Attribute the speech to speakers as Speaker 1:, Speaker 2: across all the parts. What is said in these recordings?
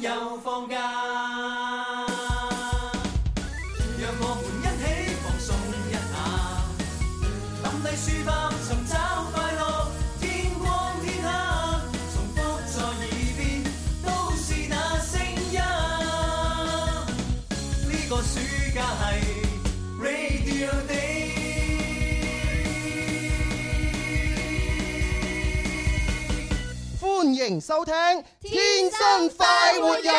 Speaker 1: 又放假，讓我們一起放鬆一下，抌低書包尋找快樂，天光天黑，重複在耳邊都是那聲音。呢個暑假係 Radio Day。
Speaker 2: 欢迎收听《天生快活人》。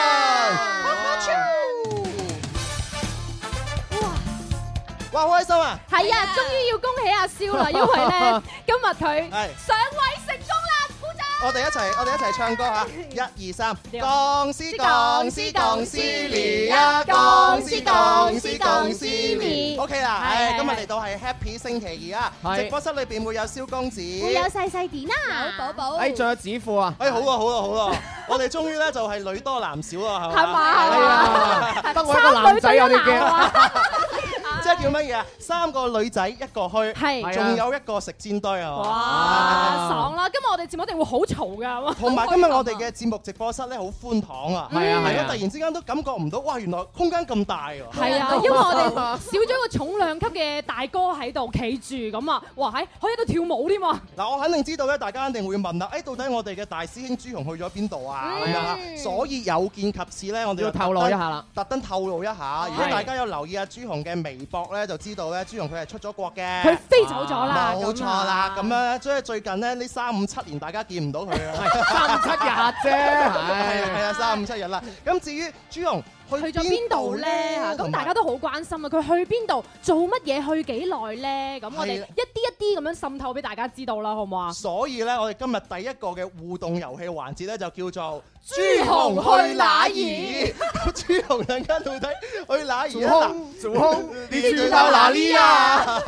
Speaker 2: 哇，好开心啊！
Speaker 3: 係啊，終於要恭喜阿蕭 啦，因為咧今日佢
Speaker 2: 係
Speaker 3: 上位成功啦，鼓掌！
Speaker 2: 我哋一齊，我哋一齊唱歌 吓，一二三，鋼絲鋼絲鋼絲連啊，鋼絲鋼絲鋼絲連，OK 啦，唉，今日嚟到係 Happy 星期二啊，
Speaker 4: 係
Speaker 2: 直播室裏邊會有蕭公子，
Speaker 3: 會有細細點啊，有寶寶
Speaker 4: 哎，仲有指褲啊！
Speaker 2: 哎，好啊，好啊，好啊，我哋終於咧就係女多男少啊，
Speaker 3: 係嘛
Speaker 4: 係
Speaker 3: 係
Speaker 4: 啊，得我一個
Speaker 3: 三
Speaker 4: 男
Speaker 3: 女
Speaker 4: 仔
Speaker 3: 對一
Speaker 4: 有啲
Speaker 3: 男
Speaker 4: 驚。
Speaker 3: 啊，
Speaker 2: 即係叫乜嘢啊？三個女仔一個虛，
Speaker 3: 係
Speaker 4: 啊
Speaker 2: 仲有一個食煎堆啊！
Speaker 3: 哇，爽啦！今日我哋節目一定會好嘈 噶，
Speaker 2: 同埋今日我哋嘅節目直播室咧好寬敞啊，
Speaker 4: 係啊係
Speaker 2: 我
Speaker 4: 啊
Speaker 2: 突然之間都感覺唔到，哇！原來空間咁大喎。
Speaker 3: 係啊，因為我哋少咗個重量級嘅大哥喺度企住咁啊，哇，喺可以喺度跳舞添啊！
Speaker 2: 嗱，我肯定知道咧，大家肯定會問啦，誒，到底我哋嘅大師兄朱紅去咗邊度啊？咁樣啊，所以有見及此咧，我哋
Speaker 4: 嗯
Speaker 2: 就
Speaker 4: 要透露一下啦
Speaker 2: 特登，特登透露一下。如果
Speaker 4: 係
Speaker 2: 大家有留意阿啊朱紅嘅微博咧，就知道咧，朱紅佢係出咗國嘅。
Speaker 3: 佢飛走咗啦，
Speaker 2: 冇錯啦，咁
Speaker 3: 樣啊。
Speaker 2: 樣所以最近咧呢三五七年大家見唔到佢啊
Speaker 4: 三
Speaker 2: 啦。
Speaker 4: 七日啫，
Speaker 2: 係 啊係
Speaker 4: 係
Speaker 2: 啊，三五七日啦。咁至於朱紅
Speaker 3: 去
Speaker 2: 去
Speaker 3: 咗邊度呢？咁
Speaker 2: 同
Speaker 3: 大
Speaker 2: 埋
Speaker 3: 家都好關心啊！佢去邊度做乜嘢？去幾耐呢？咁我哋
Speaker 2: 係
Speaker 3: 一
Speaker 2: 啦
Speaker 3: 啲一啲咁樣滲透俾大家知道啦，好唔好啊？
Speaker 2: 所以咧，我哋今日第一個嘅互動遊戲環節咧，就叫做
Speaker 3: 朱紅去哪兒
Speaker 2: 兒？ 朱紅陣間到底去哪兒
Speaker 4: 做
Speaker 2: 啊？
Speaker 4: 空做空你
Speaker 2: 住
Speaker 4: 住到哪裡啊？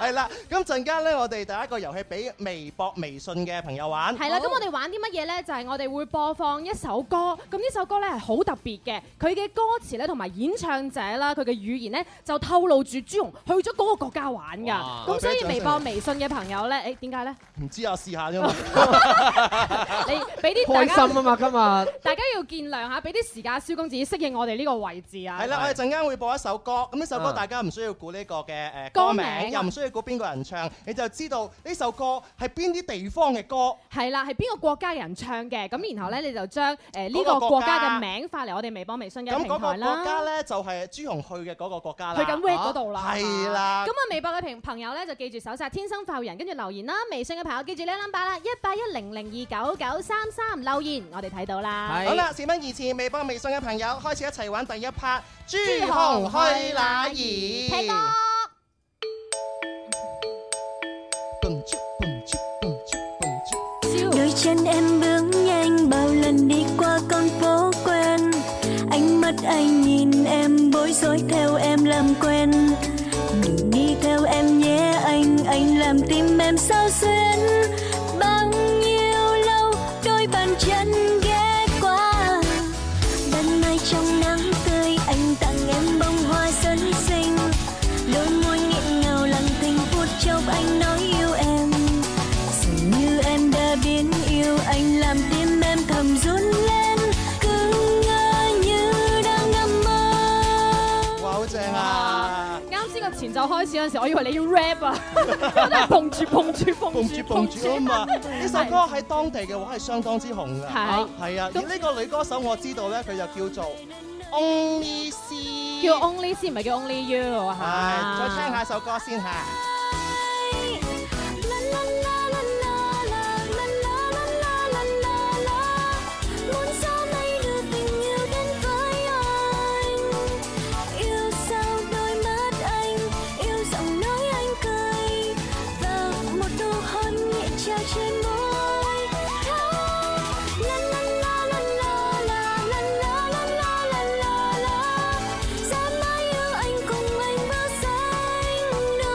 Speaker 2: 係啦，咁陣間咧，我哋第一個遊戲俾微博、微信嘅朋友玩。哦
Speaker 3: 係啦，咁我哋玩啲乜嘢呢？就係我哋會播放一首歌，咁呢首歌呢係好特別嘅，佢嘅歌詞呢同埋演唱者啦，佢嘅語言呢就透露住朱紅去咗嗰個國家玩㗎。
Speaker 4: 哇
Speaker 3: 咁所以
Speaker 2: 俾
Speaker 3: 微
Speaker 2: 啲掌
Speaker 3: 博、
Speaker 2: 聲
Speaker 3: 微信嘅朋友呢，誒點解呢？
Speaker 2: 唔知啊，試下啫
Speaker 3: 哦
Speaker 2: 嘛。啊
Speaker 3: 你俾啲大
Speaker 4: 開
Speaker 3: 家
Speaker 4: 心啊嘛，今日
Speaker 3: 大家要見諒下，俾啲時間蕭公子適應我哋呢個位置啊
Speaker 2: 係。啦，我哋陣間會播一首歌，咁呢首歌
Speaker 4: 啊
Speaker 2: 大家唔需要估呢個嘅誒
Speaker 3: 歌
Speaker 2: 歌
Speaker 3: 名
Speaker 2: 名，又唔需要估邊個人唱，你就知道呢首歌係邊啲地方嘅歌。
Speaker 3: 係啦，係邊個國家嘅人唱嘅？咁然後咧，你就將誒呢
Speaker 2: 嗰
Speaker 3: 個
Speaker 2: 個
Speaker 3: 國
Speaker 2: 國
Speaker 3: 家嘅
Speaker 2: 家
Speaker 3: 名發嚟我哋微博、微信嘅
Speaker 2: 咁嗰個
Speaker 3: 平台
Speaker 2: 國家
Speaker 3: 啦。
Speaker 2: 咧就係朱紅去嘅嗰個國家啦。
Speaker 3: 去緊 w e b 嗰度啦，
Speaker 2: 係啦
Speaker 3: 咁。啊，微博嘅朋朋友咧就記住搜晒天生快活人，跟住留言啦。微信嘅朋友記住呢 number 啦，一八一零零二九九三三留言，我哋睇到啦。
Speaker 2: 好啦，事不宜遲，微博、微信嘅朋友開始一齊玩第一 part。朱
Speaker 3: 紅
Speaker 2: 紅去哪兒？
Speaker 3: 聽歌。
Speaker 2: 蹦啾蹦啾蹦啾蹦啾
Speaker 5: Đôi chân em bướng nhanh bao lần đi qua con phố quen Ánh mắt anh nhìn em bối rối theo em làm quen Đừng đi theo em nhé anh, anh làm tim em sao xuyên Bao nhiêu lâu đôi bàn chân ghé qua Ban mai trong nắng tươi anh tặng em bông hoa dân sinh Đôi môi nghẹn ngào lặng thinh phút chốc anh nói yêu em Dường như em đã biến yêu anh làm tim em thầm run lên cứ ngỡ như đang ngắm mơ
Speaker 2: 哇，好正啊！
Speaker 3: 啱先個前奏開始嗰陣時，我以為你要 rap 啊，我都係蹦住蹦住蹦
Speaker 2: 蹦
Speaker 3: 住
Speaker 2: 住蹦住啊嘛！呢首歌喺當地嘅話係相當之紅㗎。
Speaker 3: 係
Speaker 2: 係啊，而呢個女歌手我知道咧，佢就叫做 Only C。
Speaker 3: 叫 Only 先，唔係叫 Only You 啊
Speaker 2: 係，再聽下首歌先嚇。
Speaker 5: La la la la la la, la la la la la la la. Muốn sao mây đưa tình yêu đến với anh. Yêu sao đôi mắt anh, yêu giọng nói anh cười và một nụ hôn nhẹ trao trên môi. La la la la la la, la la la la la la la. Sẽ mãi yêu anh cùng anh bao sánh đời.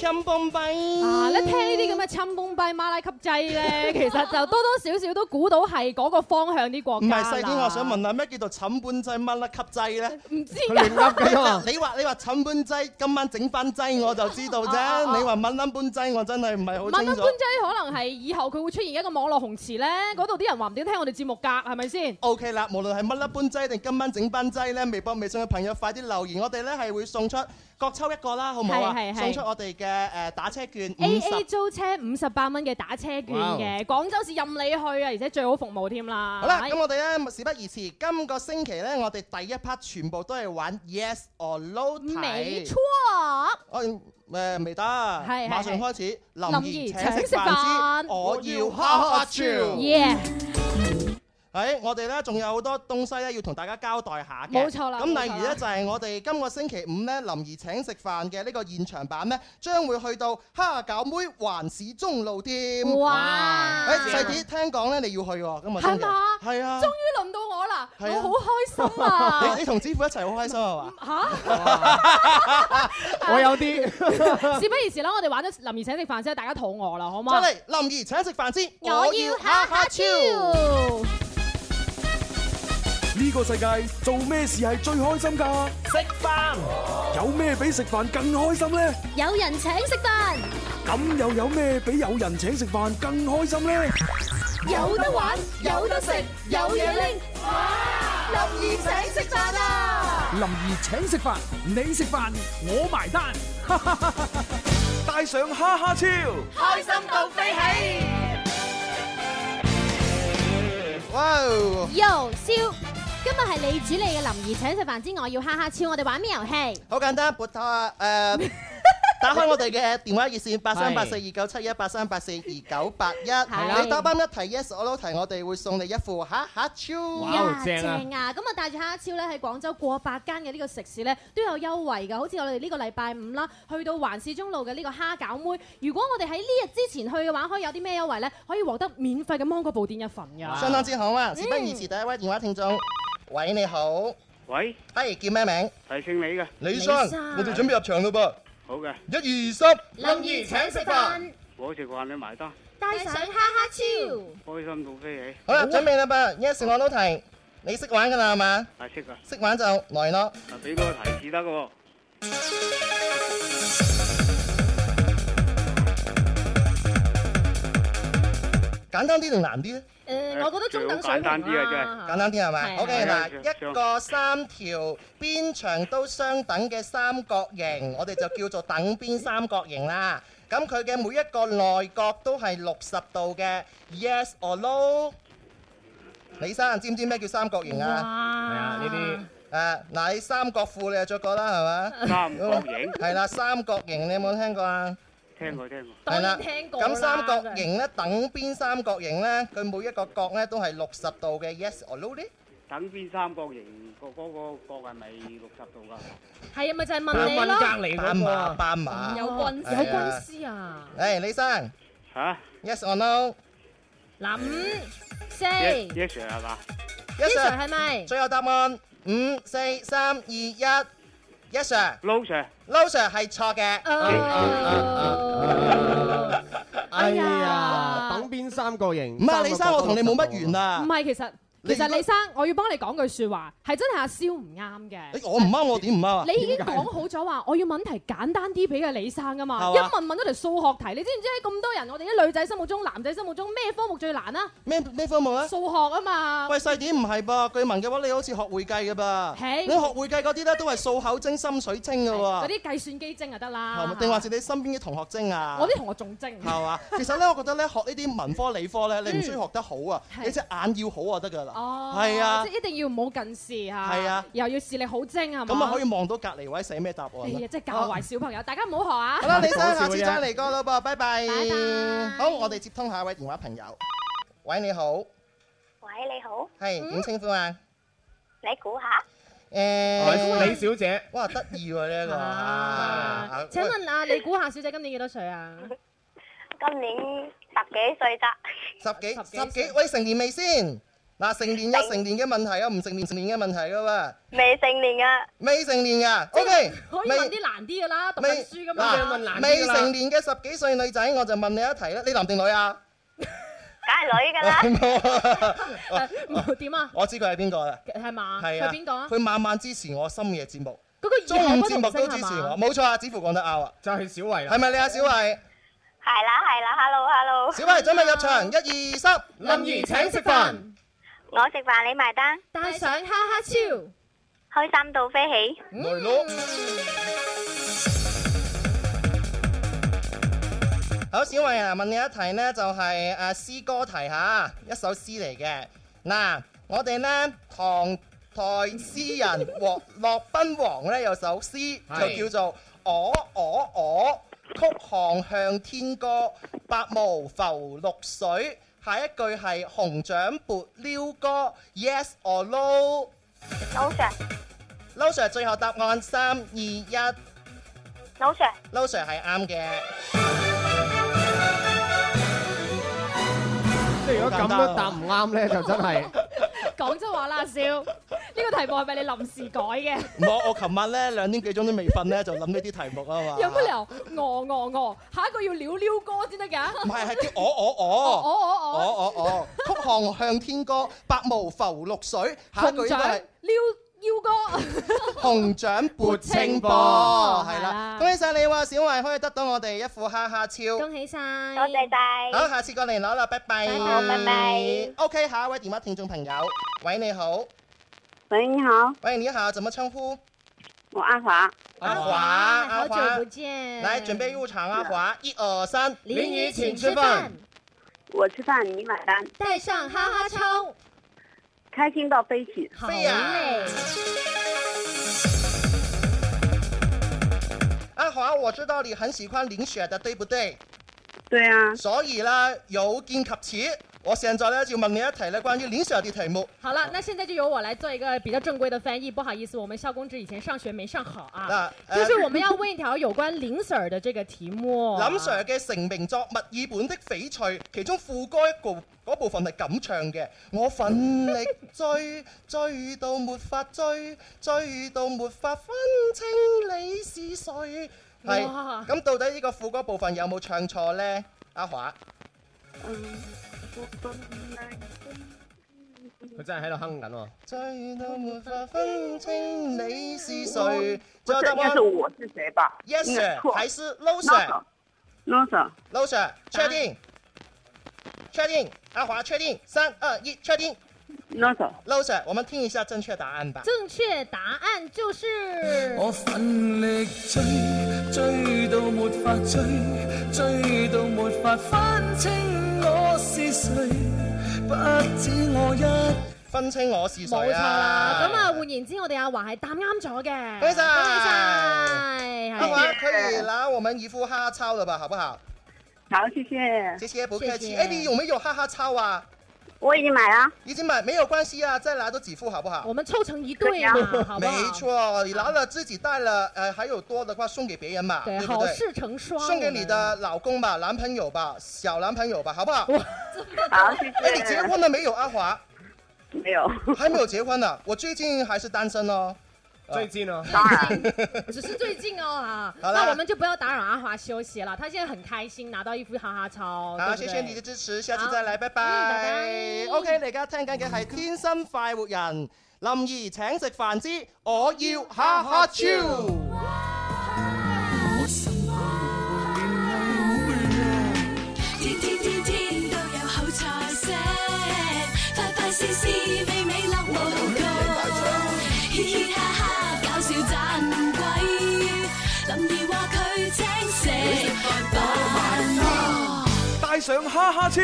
Speaker 2: châm bông bay.
Speaker 3: 啊！你聽呢啲咁嘅侵崩閉馬拉級劑咧，其實就多多少少都估到係嗰個方向啲國
Speaker 2: 唔
Speaker 3: 家
Speaker 2: 係細啲，我想問下啊咩叫做冚本劑乜粒級劑咧？
Speaker 3: 唔知
Speaker 6: 佢
Speaker 3: 㗎
Speaker 6: 亂噏緊啊！
Speaker 2: 你話你話冚本劑，今晚整翻劑我就知道啫。你話蚊粒本劑，我真係唔 係好
Speaker 3: 萬
Speaker 2: 清
Speaker 3: 能
Speaker 2: 楚
Speaker 3: 官。劑可能係以後佢會出現一個網絡紅詞咧，嗰度啲人話唔定聽我哋節目㗎，係咪先？
Speaker 2: O K 啦，無論係乜粒搬劑定今晚整班劑咧，微博、微信嘅朋友快啲留言，我哋咧係會送出各抽一個啦，好唔好啊
Speaker 3: 係係？係
Speaker 2: 送出我哋嘅誒打車券五
Speaker 3: A
Speaker 2: 十哦
Speaker 3: A 租車五十八蚊嘅打車券嘅，廣州市任你去啊，而且最好服務添啦。哎
Speaker 2: 好啦，
Speaker 3: 係
Speaker 2: 咁我哋咧事不宜遲，今個星期咧我哋第一 part 全部都係玩 yes or no
Speaker 3: 沒
Speaker 2: 題
Speaker 3: 錯。，
Speaker 2: 我誒哦未得，
Speaker 3: 係
Speaker 2: 馬
Speaker 3: 係
Speaker 2: 上開始。林
Speaker 3: 怡
Speaker 2: 兒請
Speaker 3: 請
Speaker 2: 食
Speaker 3: 食
Speaker 2: 飯之
Speaker 3: 飯
Speaker 2: 我要哈哈超。
Speaker 3: 耶！
Speaker 2: 係，我哋咧仲有好多東西咧要同大家交代下嘅。
Speaker 3: 冇錯啦
Speaker 2: 咁
Speaker 3: 冇錯
Speaker 2: 例如咧
Speaker 3: 啦
Speaker 2: 就係我哋今個星期五咧林兒請食飯嘅呢個現場版咧，將會去到蝦餃妹環市中路店。
Speaker 3: 哇！
Speaker 2: 誒哎細啲聽講咧你要去喎，今日
Speaker 3: 係嘛
Speaker 2: 係啊
Speaker 3: 終。於輪到我啦，
Speaker 2: 係
Speaker 3: 我
Speaker 2: 啊
Speaker 3: 好開心啊！
Speaker 2: 你你同師傅一齊好開心係嘛？
Speaker 3: 吓，嗯
Speaker 6: 我有啲
Speaker 3: 事不宜遲啦，我哋玩咗林兒請食飯之後，大家肚餓啦，好啊嘛？
Speaker 2: 再嚟林兒請食飯之
Speaker 3: 哈哈超。
Speaker 1: 呢個世界做咩事係最開心㗎？
Speaker 2: 食飯。
Speaker 1: 有咩比食飯更開心呢？
Speaker 7: 有人請食飯，
Speaker 1: 咁又有咩比有人請食飯更開心呢？
Speaker 7: 有得玩，有得食，有嘢拎。林兒請食飯啊！
Speaker 1: 林兒請食飯，你食飯我埋單， 帶上哈哈超。
Speaker 7: 開心到飛起。
Speaker 2: 哇哦！
Speaker 4: Yo，燒，今日係你煮你嘅林兒請食飯之外，要哈哈超，我哋玩咩遊戲？
Speaker 2: 好簡單，撥打 誒打開我哋嘅電話熱線八三八四二九七一八三八四二九八一，
Speaker 4: 係
Speaker 2: 你答啱一題 yes 我都提，我哋會送你一副哈哈超。
Speaker 6: 哇
Speaker 4: 呀
Speaker 6: 正啊
Speaker 4: 正啊！咁啊，帶住哈哈超咧，喺廣州過百間嘅呢個食肆咧都有優惠㗎。好似我哋呢個禮拜五啦，去到環市中路嘅呢個蝦餃妹，如果我哋喺呢日之前去嘅話，可以有啲咩優惠咧？可以獲得免費嘅芒果布甸一份㗎。
Speaker 2: 相當之好啊！事不宜遲，第一位電話聽眾，喂你好，
Speaker 8: 喂，
Speaker 2: 係叫咩名？
Speaker 8: 係姓李嘅，
Speaker 2: 李
Speaker 4: 生李生我哋準
Speaker 2: 備入場嘞噃，
Speaker 8: 好嘅，
Speaker 2: 一二三，
Speaker 4: 林兒請食飯，
Speaker 8: 我食飯你埋單，
Speaker 4: 帶上哈哈超。
Speaker 8: 開心到飛起，
Speaker 2: 好啦，準備啦噃，yes 我都提，你識玩㗎啦係嘛？
Speaker 8: 啊識啊，
Speaker 2: 識玩就來咯。
Speaker 8: 嗱俾個提示得嘅喎，
Speaker 2: 簡單啲定難啲咧？
Speaker 4: 誒，我覺得中等水
Speaker 8: 最好簡單啲啊
Speaker 4: 平
Speaker 8: 真
Speaker 4: 啦
Speaker 8: 係。
Speaker 2: 簡單啲係嘛
Speaker 4: 係
Speaker 2: ？OK
Speaker 8: 係
Speaker 2: 嗱，
Speaker 8: 係
Speaker 2: 一個三條邊長都相等嘅三角形，我哋就叫做等邊三角形啦。咁佢嘅每一個內角都係六十度嘅，yes or no？李生知唔知咩叫三角形啊？
Speaker 4: 哇！
Speaker 9: À,
Speaker 8: à,
Speaker 2: 誒，嗱，你三角褲你又着過啦，係嘛？
Speaker 8: 三角形，
Speaker 2: 係啦，三角形你有冇聽過啊？
Speaker 8: 聽過聽過，
Speaker 4: 當
Speaker 2: 係啦
Speaker 4: 然聽，過啦
Speaker 2: 咁三角形咧，等邊三角形咧，佢每一個角咧都係六十度嘅，yes or no 呢？
Speaker 8: 等邊三角形個嗰個角係咪六十度㗎？
Speaker 4: 係啊，咪就係問
Speaker 6: 問
Speaker 4: 你
Speaker 6: 隔離
Speaker 4: 咯。
Speaker 2: 斑
Speaker 6: 嗰個
Speaker 2: 馬，
Speaker 6: 啊，
Speaker 2: 斑
Speaker 3: 嗯
Speaker 2: 馬。
Speaker 4: 有軍
Speaker 2: 係
Speaker 4: 有
Speaker 2: 啊
Speaker 8: Dạ.
Speaker 4: 軍師啊！
Speaker 2: 誒，李生
Speaker 8: 嚇
Speaker 2: ，yes or no？yes
Speaker 4: 嗱，五四
Speaker 8: ，yes yes sir 係嘛？
Speaker 4: ，Yes sir
Speaker 2: sir，
Speaker 4: 係咪？
Speaker 2: 最後答案五四三二一，yes sir，
Speaker 8: 撈 sir，
Speaker 2: no sir 係錯嘅。
Speaker 9: Ờ.
Speaker 4: 哦，
Speaker 6: 哎
Speaker 3: 哎
Speaker 6: 呀
Speaker 3: 呀，
Speaker 6: 等邊三角形？
Speaker 2: 唔係李生，我同你冇乜緣
Speaker 6: 啦。
Speaker 3: 唔
Speaker 2: 啊。
Speaker 3: 係，其實
Speaker 2: 你
Speaker 3: 其
Speaker 2: 如
Speaker 3: 實
Speaker 2: 果
Speaker 3: 李生，我要幫你講句説話，係真係阿蕭唔啱
Speaker 2: 誒
Speaker 3: 嘅。
Speaker 2: 我唔啱，我點唔啱啊？
Speaker 3: 你已經講好咗話，我要問題簡單啲俾嘅李生噶嘛？
Speaker 2: 係
Speaker 3: 一
Speaker 2: 嘛
Speaker 3: 問問咗條數學題，你知唔知喺咁多人，我哋啲女仔心目中、男仔心目中咩科目最難啊？
Speaker 2: 咩咩科目啊？
Speaker 3: 數學啊嘛。
Speaker 2: 喂，細點唔係噃？據聞嘅話，你好似學會計嘅噃。
Speaker 3: 係
Speaker 2: 你學會計嗰啲咧，都係數口精、心水精嘅
Speaker 3: 嗰
Speaker 2: 喎。
Speaker 3: 啲計算機精就啊得
Speaker 2: 係
Speaker 3: 啦
Speaker 2: 哦咪，定還是你身邊嘅同學精啊？
Speaker 3: 我啲同學仲精。
Speaker 2: 係嘛？ 其實咧，我覺得咧學呢啲文科理科咧，你唔需要學得好啊，
Speaker 3: 係
Speaker 2: 你隻眼要好就得㗎啦。
Speaker 3: 哦，
Speaker 2: 係啊
Speaker 3: 即，係一定要唔好近視嚇，
Speaker 2: 係啊
Speaker 3: 又要視力好精係嘛？
Speaker 2: 咁啊可以啊望到隔離位寫咩答
Speaker 3: 哎
Speaker 2: 案啦
Speaker 3: 呀，。真係教壞小朋友，大家唔好學啊！
Speaker 2: 好啦，李生，
Speaker 6: 講笑
Speaker 2: 下次
Speaker 6: 啫
Speaker 2: 再嚟過咯噃，拜
Speaker 4: 拜
Speaker 2: 拜。
Speaker 4: 拜
Speaker 2: 好，我哋接通下一位電話朋友。喂，你好，
Speaker 10: 喂，你好，
Speaker 2: 係點稱呼啊？
Speaker 10: 你估下，
Speaker 4: 哦
Speaker 2: 誒，
Speaker 6: 李小姐，
Speaker 2: 哇，得意喎呢一個啊
Speaker 9: Ờ.
Speaker 8: À,
Speaker 4: 啊！請問
Speaker 9: à,
Speaker 4: 啊，你估夏小姐今年幾多歲啊？
Speaker 10: 今年十幾歲咋？
Speaker 2: 十幾
Speaker 4: 十幾
Speaker 2: 十幾，喂，成年未先？嗱，成年有成年嘅問題啊，唔成年成年嘅問題噶喎。
Speaker 11: 未成年啊，
Speaker 2: 未成年啊，OK，
Speaker 3: 哦可以
Speaker 2: 未
Speaker 3: 問啲難啲嘅啦，讀緊
Speaker 2: 未
Speaker 3: 書噶
Speaker 2: 嗱
Speaker 3: 嘛。
Speaker 2: 未成年嘅十幾歲女仔，我就問你一題啦，你男定女啊？
Speaker 11: 梗係女㗎 啦，
Speaker 3: 誒點啊？
Speaker 2: 我知佢係邊個啦，
Speaker 3: 係嘛？
Speaker 2: 係啊，
Speaker 3: 佢邊個啊？
Speaker 2: 佢晚晚支持我深夜節目，
Speaker 3: 嗰個二啊
Speaker 2: 中
Speaker 3: 係
Speaker 2: 午
Speaker 3: 不
Speaker 2: 節目
Speaker 3: 同
Speaker 2: 都
Speaker 3: 聲
Speaker 2: 支持
Speaker 3: 係
Speaker 2: 我，
Speaker 3: 嘛？
Speaker 2: 冇錯啊，子富講得啱啊，
Speaker 12: 就係小維啦。
Speaker 2: 係咪你啊，小慧？
Speaker 11: 係啦係啦，hello hello，
Speaker 2: 小慧準備入場，一二三，
Speaker 3: 林怡請食飯，
Speaker 11: 我食飯你埋單，
Speaker 3: 帶上哈哈超。
Speaker 11: 開心到飛起，
Speaker 2: 來咯！好，小慧啊，問你一題呢，就係誒詩歌題嚇，一首詩嚟嘅。嗱，我哋呢，唐代詩人和樂賓王呢，有首詩
Speaker 12: 係
Speaker 2: 就叫做《我我我曲項向天歌，白毛浮綠水》。下一句係紅掌撥撩歌，Yes or No？
Speaker 11: 老 Sir
Speaker 2: 撈 Sir 最後答案三二一，撈
Speaker 11: 老 Sir，
Speaker 2: Sir 係啱嘅。
Speaker 12: 即係如果咁都答唔啱呢，就真係。
Speaker 3: 廣州話啦，阿少，呢個題目係咪你臨時改嘅？
Speaker 2: 我我琴晚咧兩點幾鐘都未瞓咧，就諗呢啲題目啊嘛。
Speaker 3: 有乜理由？我我我，下一個要撩撩歌先得㗎。哦
Speaker 2: 唔係係叫我我
Speaker 3: 我
Speaker 2: 我
Speaker 3: 我我，
Speaker 2: 我我我曲項向天歌，白毛浮綠水。下一句
Speaker 3: 紅
Speaker 2: 應
Speaker 3: 掌
Speaker 2: 該係
Speaker 3: 撩腰歌。
Speaker 2: 紅掌撥清波，
Speaker 3: 哦
Speaker 2: 係
Speaker 3: 係
Speaker 2: 啦
Speaker 3: 啦。
Speaker 2: 恭喜晒你喎，小慧可以得到我哋一副哈哈超。
Speaker 3: 恭喜晒！
Speaker 11: 多謝晒，
Speaker 2: 好，下次過嚟攞啦，拜拜。
Speaker 11: 好拜拜
Speaker 2: OK，下一位電話聽眾朋友，喂你好，
Speaker 11: 喂你好，
Speaker 2: 喂你好，怎麼稱呼？
Speaker 11: 我阿華，
Speaker 8: Ờ,
Speaker 2: 阿
Speaker 3: 好
Speaker 2: 華，阿
Speaker 3: 久
Speaker 2: 華
Speaker 3: 不，見。
Speaker 2: 來準備入場，
Speaker 3: 啊
Speaker 2: 阿華，一二三，
Speaker 3: 林怡請吃飯
Speaker 12: 飯，
Speaker 11: 我吃飯你埋單，
Speaker 3: 帶上哈哈超，
Speaker 11: 開心到飛起，
Speaker 3: 好
Speaker 8: à.
Speaker 2: 飛呀
Speaker 3: 嘞！
Speaker 2: 阿華，我知道你很喜歡淋雪的，對不對？
Speaker 11: 對啊，
Speaker 2: 所以呢，有見及此，我現在呢就問你一題呢關於淋雪嘅題目。
Speaker 3: 好了，那现在就由我来做一个比较正规的翻译。不好意思，我们校公子以前上学没上好啊。
Speaker 2: 嗱、呃
Speaker 3: 就是我们要问一条有关林 Sir 的这个题目。啊
Speaker 2: 林 Sir 嘅成名作《墨爾本的翡翠》，其中副歌一部嗰部分係咁唱嘅：我奮力追，追到沒法追，追到沒法分清你是誰。係
Speaker 3: 哇
Speaker 2: 咁，到底呢個副歌部分有冇唱錯呢？阿華，
Speaker 11: 嗯，我本來
Speaker 2: 追到沒法分清你是誰。最後答
Speaker 11: 應該
Speaker 2: 案
Speaker 11: 是我是誰吧
Speaker 2: Yes
Speaker 11: 應該
Speaker 2: sir，
Speaker 11: 錯
Speaker 2: 還是 No
Speaker 11: ，no
Speaker 2: sir？
Speaker 11: sir，no sir，
Speaker 2: 老 Sir，确定，
Speaker 11: 哎
Speaker 2: 确定，阿华确定，三二一，确定。
Speaker 11: no sir，
Speaker 2: 老 Sir，我们听一下正确答案吧。
Speaker 3: 正确答案就是
Speaker 1: 我奮力追，追到沒法追，追到沒法分清我是誰，不止我一。
Speaker 2: 分清我是
Speaker 3: 冇
Speaker 2: 谁
Speaker 3: 錯啦。
Speaker 2: 啊！
Speaker 3: 咁啊，換言之，我哋阿華係答啱咗嘅。
Speaker 2: 恭喜晒
Speaker 3: 恭喜晒！
Speaker 2: 哎阿
Speaker 3: 係
Speaker 2: 华可以拿我们一副哈哈超了吧，好不好？
Speaker 11: 好，謝謝，
Speaker 2: 谢谢，不客
Speaker 3: 谢
Speaker 2: 气。
Speaker 3: 谢
Speaker 2: 哎，你有没有哈哈超啊？
Speaker 11: 我已經買了，
Speaker 2: 已经买没有关系啊，再拿多几副好不好
Speaker 3: 我？啊们凑成一对
Speaker 11: 可
Speaker 3: 嘛
Speaker 11: 以，
Speaker 3: 好不好？
Speaker 2: 没错，你拿了自己带了，呃，还有多的话送给别人嘛，
Speaker 3: 对，
Speaker 2: 对不
Speaker 3: 好
Speaker 2: 对？
Speaker 3: 事成啊双。
Speaker 2: 送给你的老公吧，男朋友吧，小男朋友吧，好不好？
Speaker 11: 好，謝
Speaker 2: 哎，你结
Speaker 11: 謝，
Speaker 2: 婚了没有，阿华？
Speaker 11: 沒有，
Speaker 2: 还没有结婚 呢，我最近还是单身哦。
Speaker 12: 最尖啊。
Speaker 11: 當然。
Speaker 3: 只是最近哦啊，
Speaker 2: 好啦
Speaker 3: 那我们就不要打扰阿华休息了，他现在很开心拿到一副哈哈超，
Speaker 2: 好，
Speaker 3: 对
Speaker 2: 谢
Speaker 3: 不
Speaker 2: 谢
Speaker 3: 对
Speaker 2: 你嘅支持，下次
Speaker 3: 好
Speaker 2: 再嚟，拜拜。
Speaker 3: 嗯拜拜
Speaker 2: OK，你而家聽緊嘅係《天生快活人》，林怡請食飯之我要哈哈超。
Speaker 5: 天天天天都有好菜色，快快事事美美樂無窮，嘻嘻哈哈搞笑盞鬼，林兒話佢請食飯喎。
Speaker 13: 帶上哈哈超，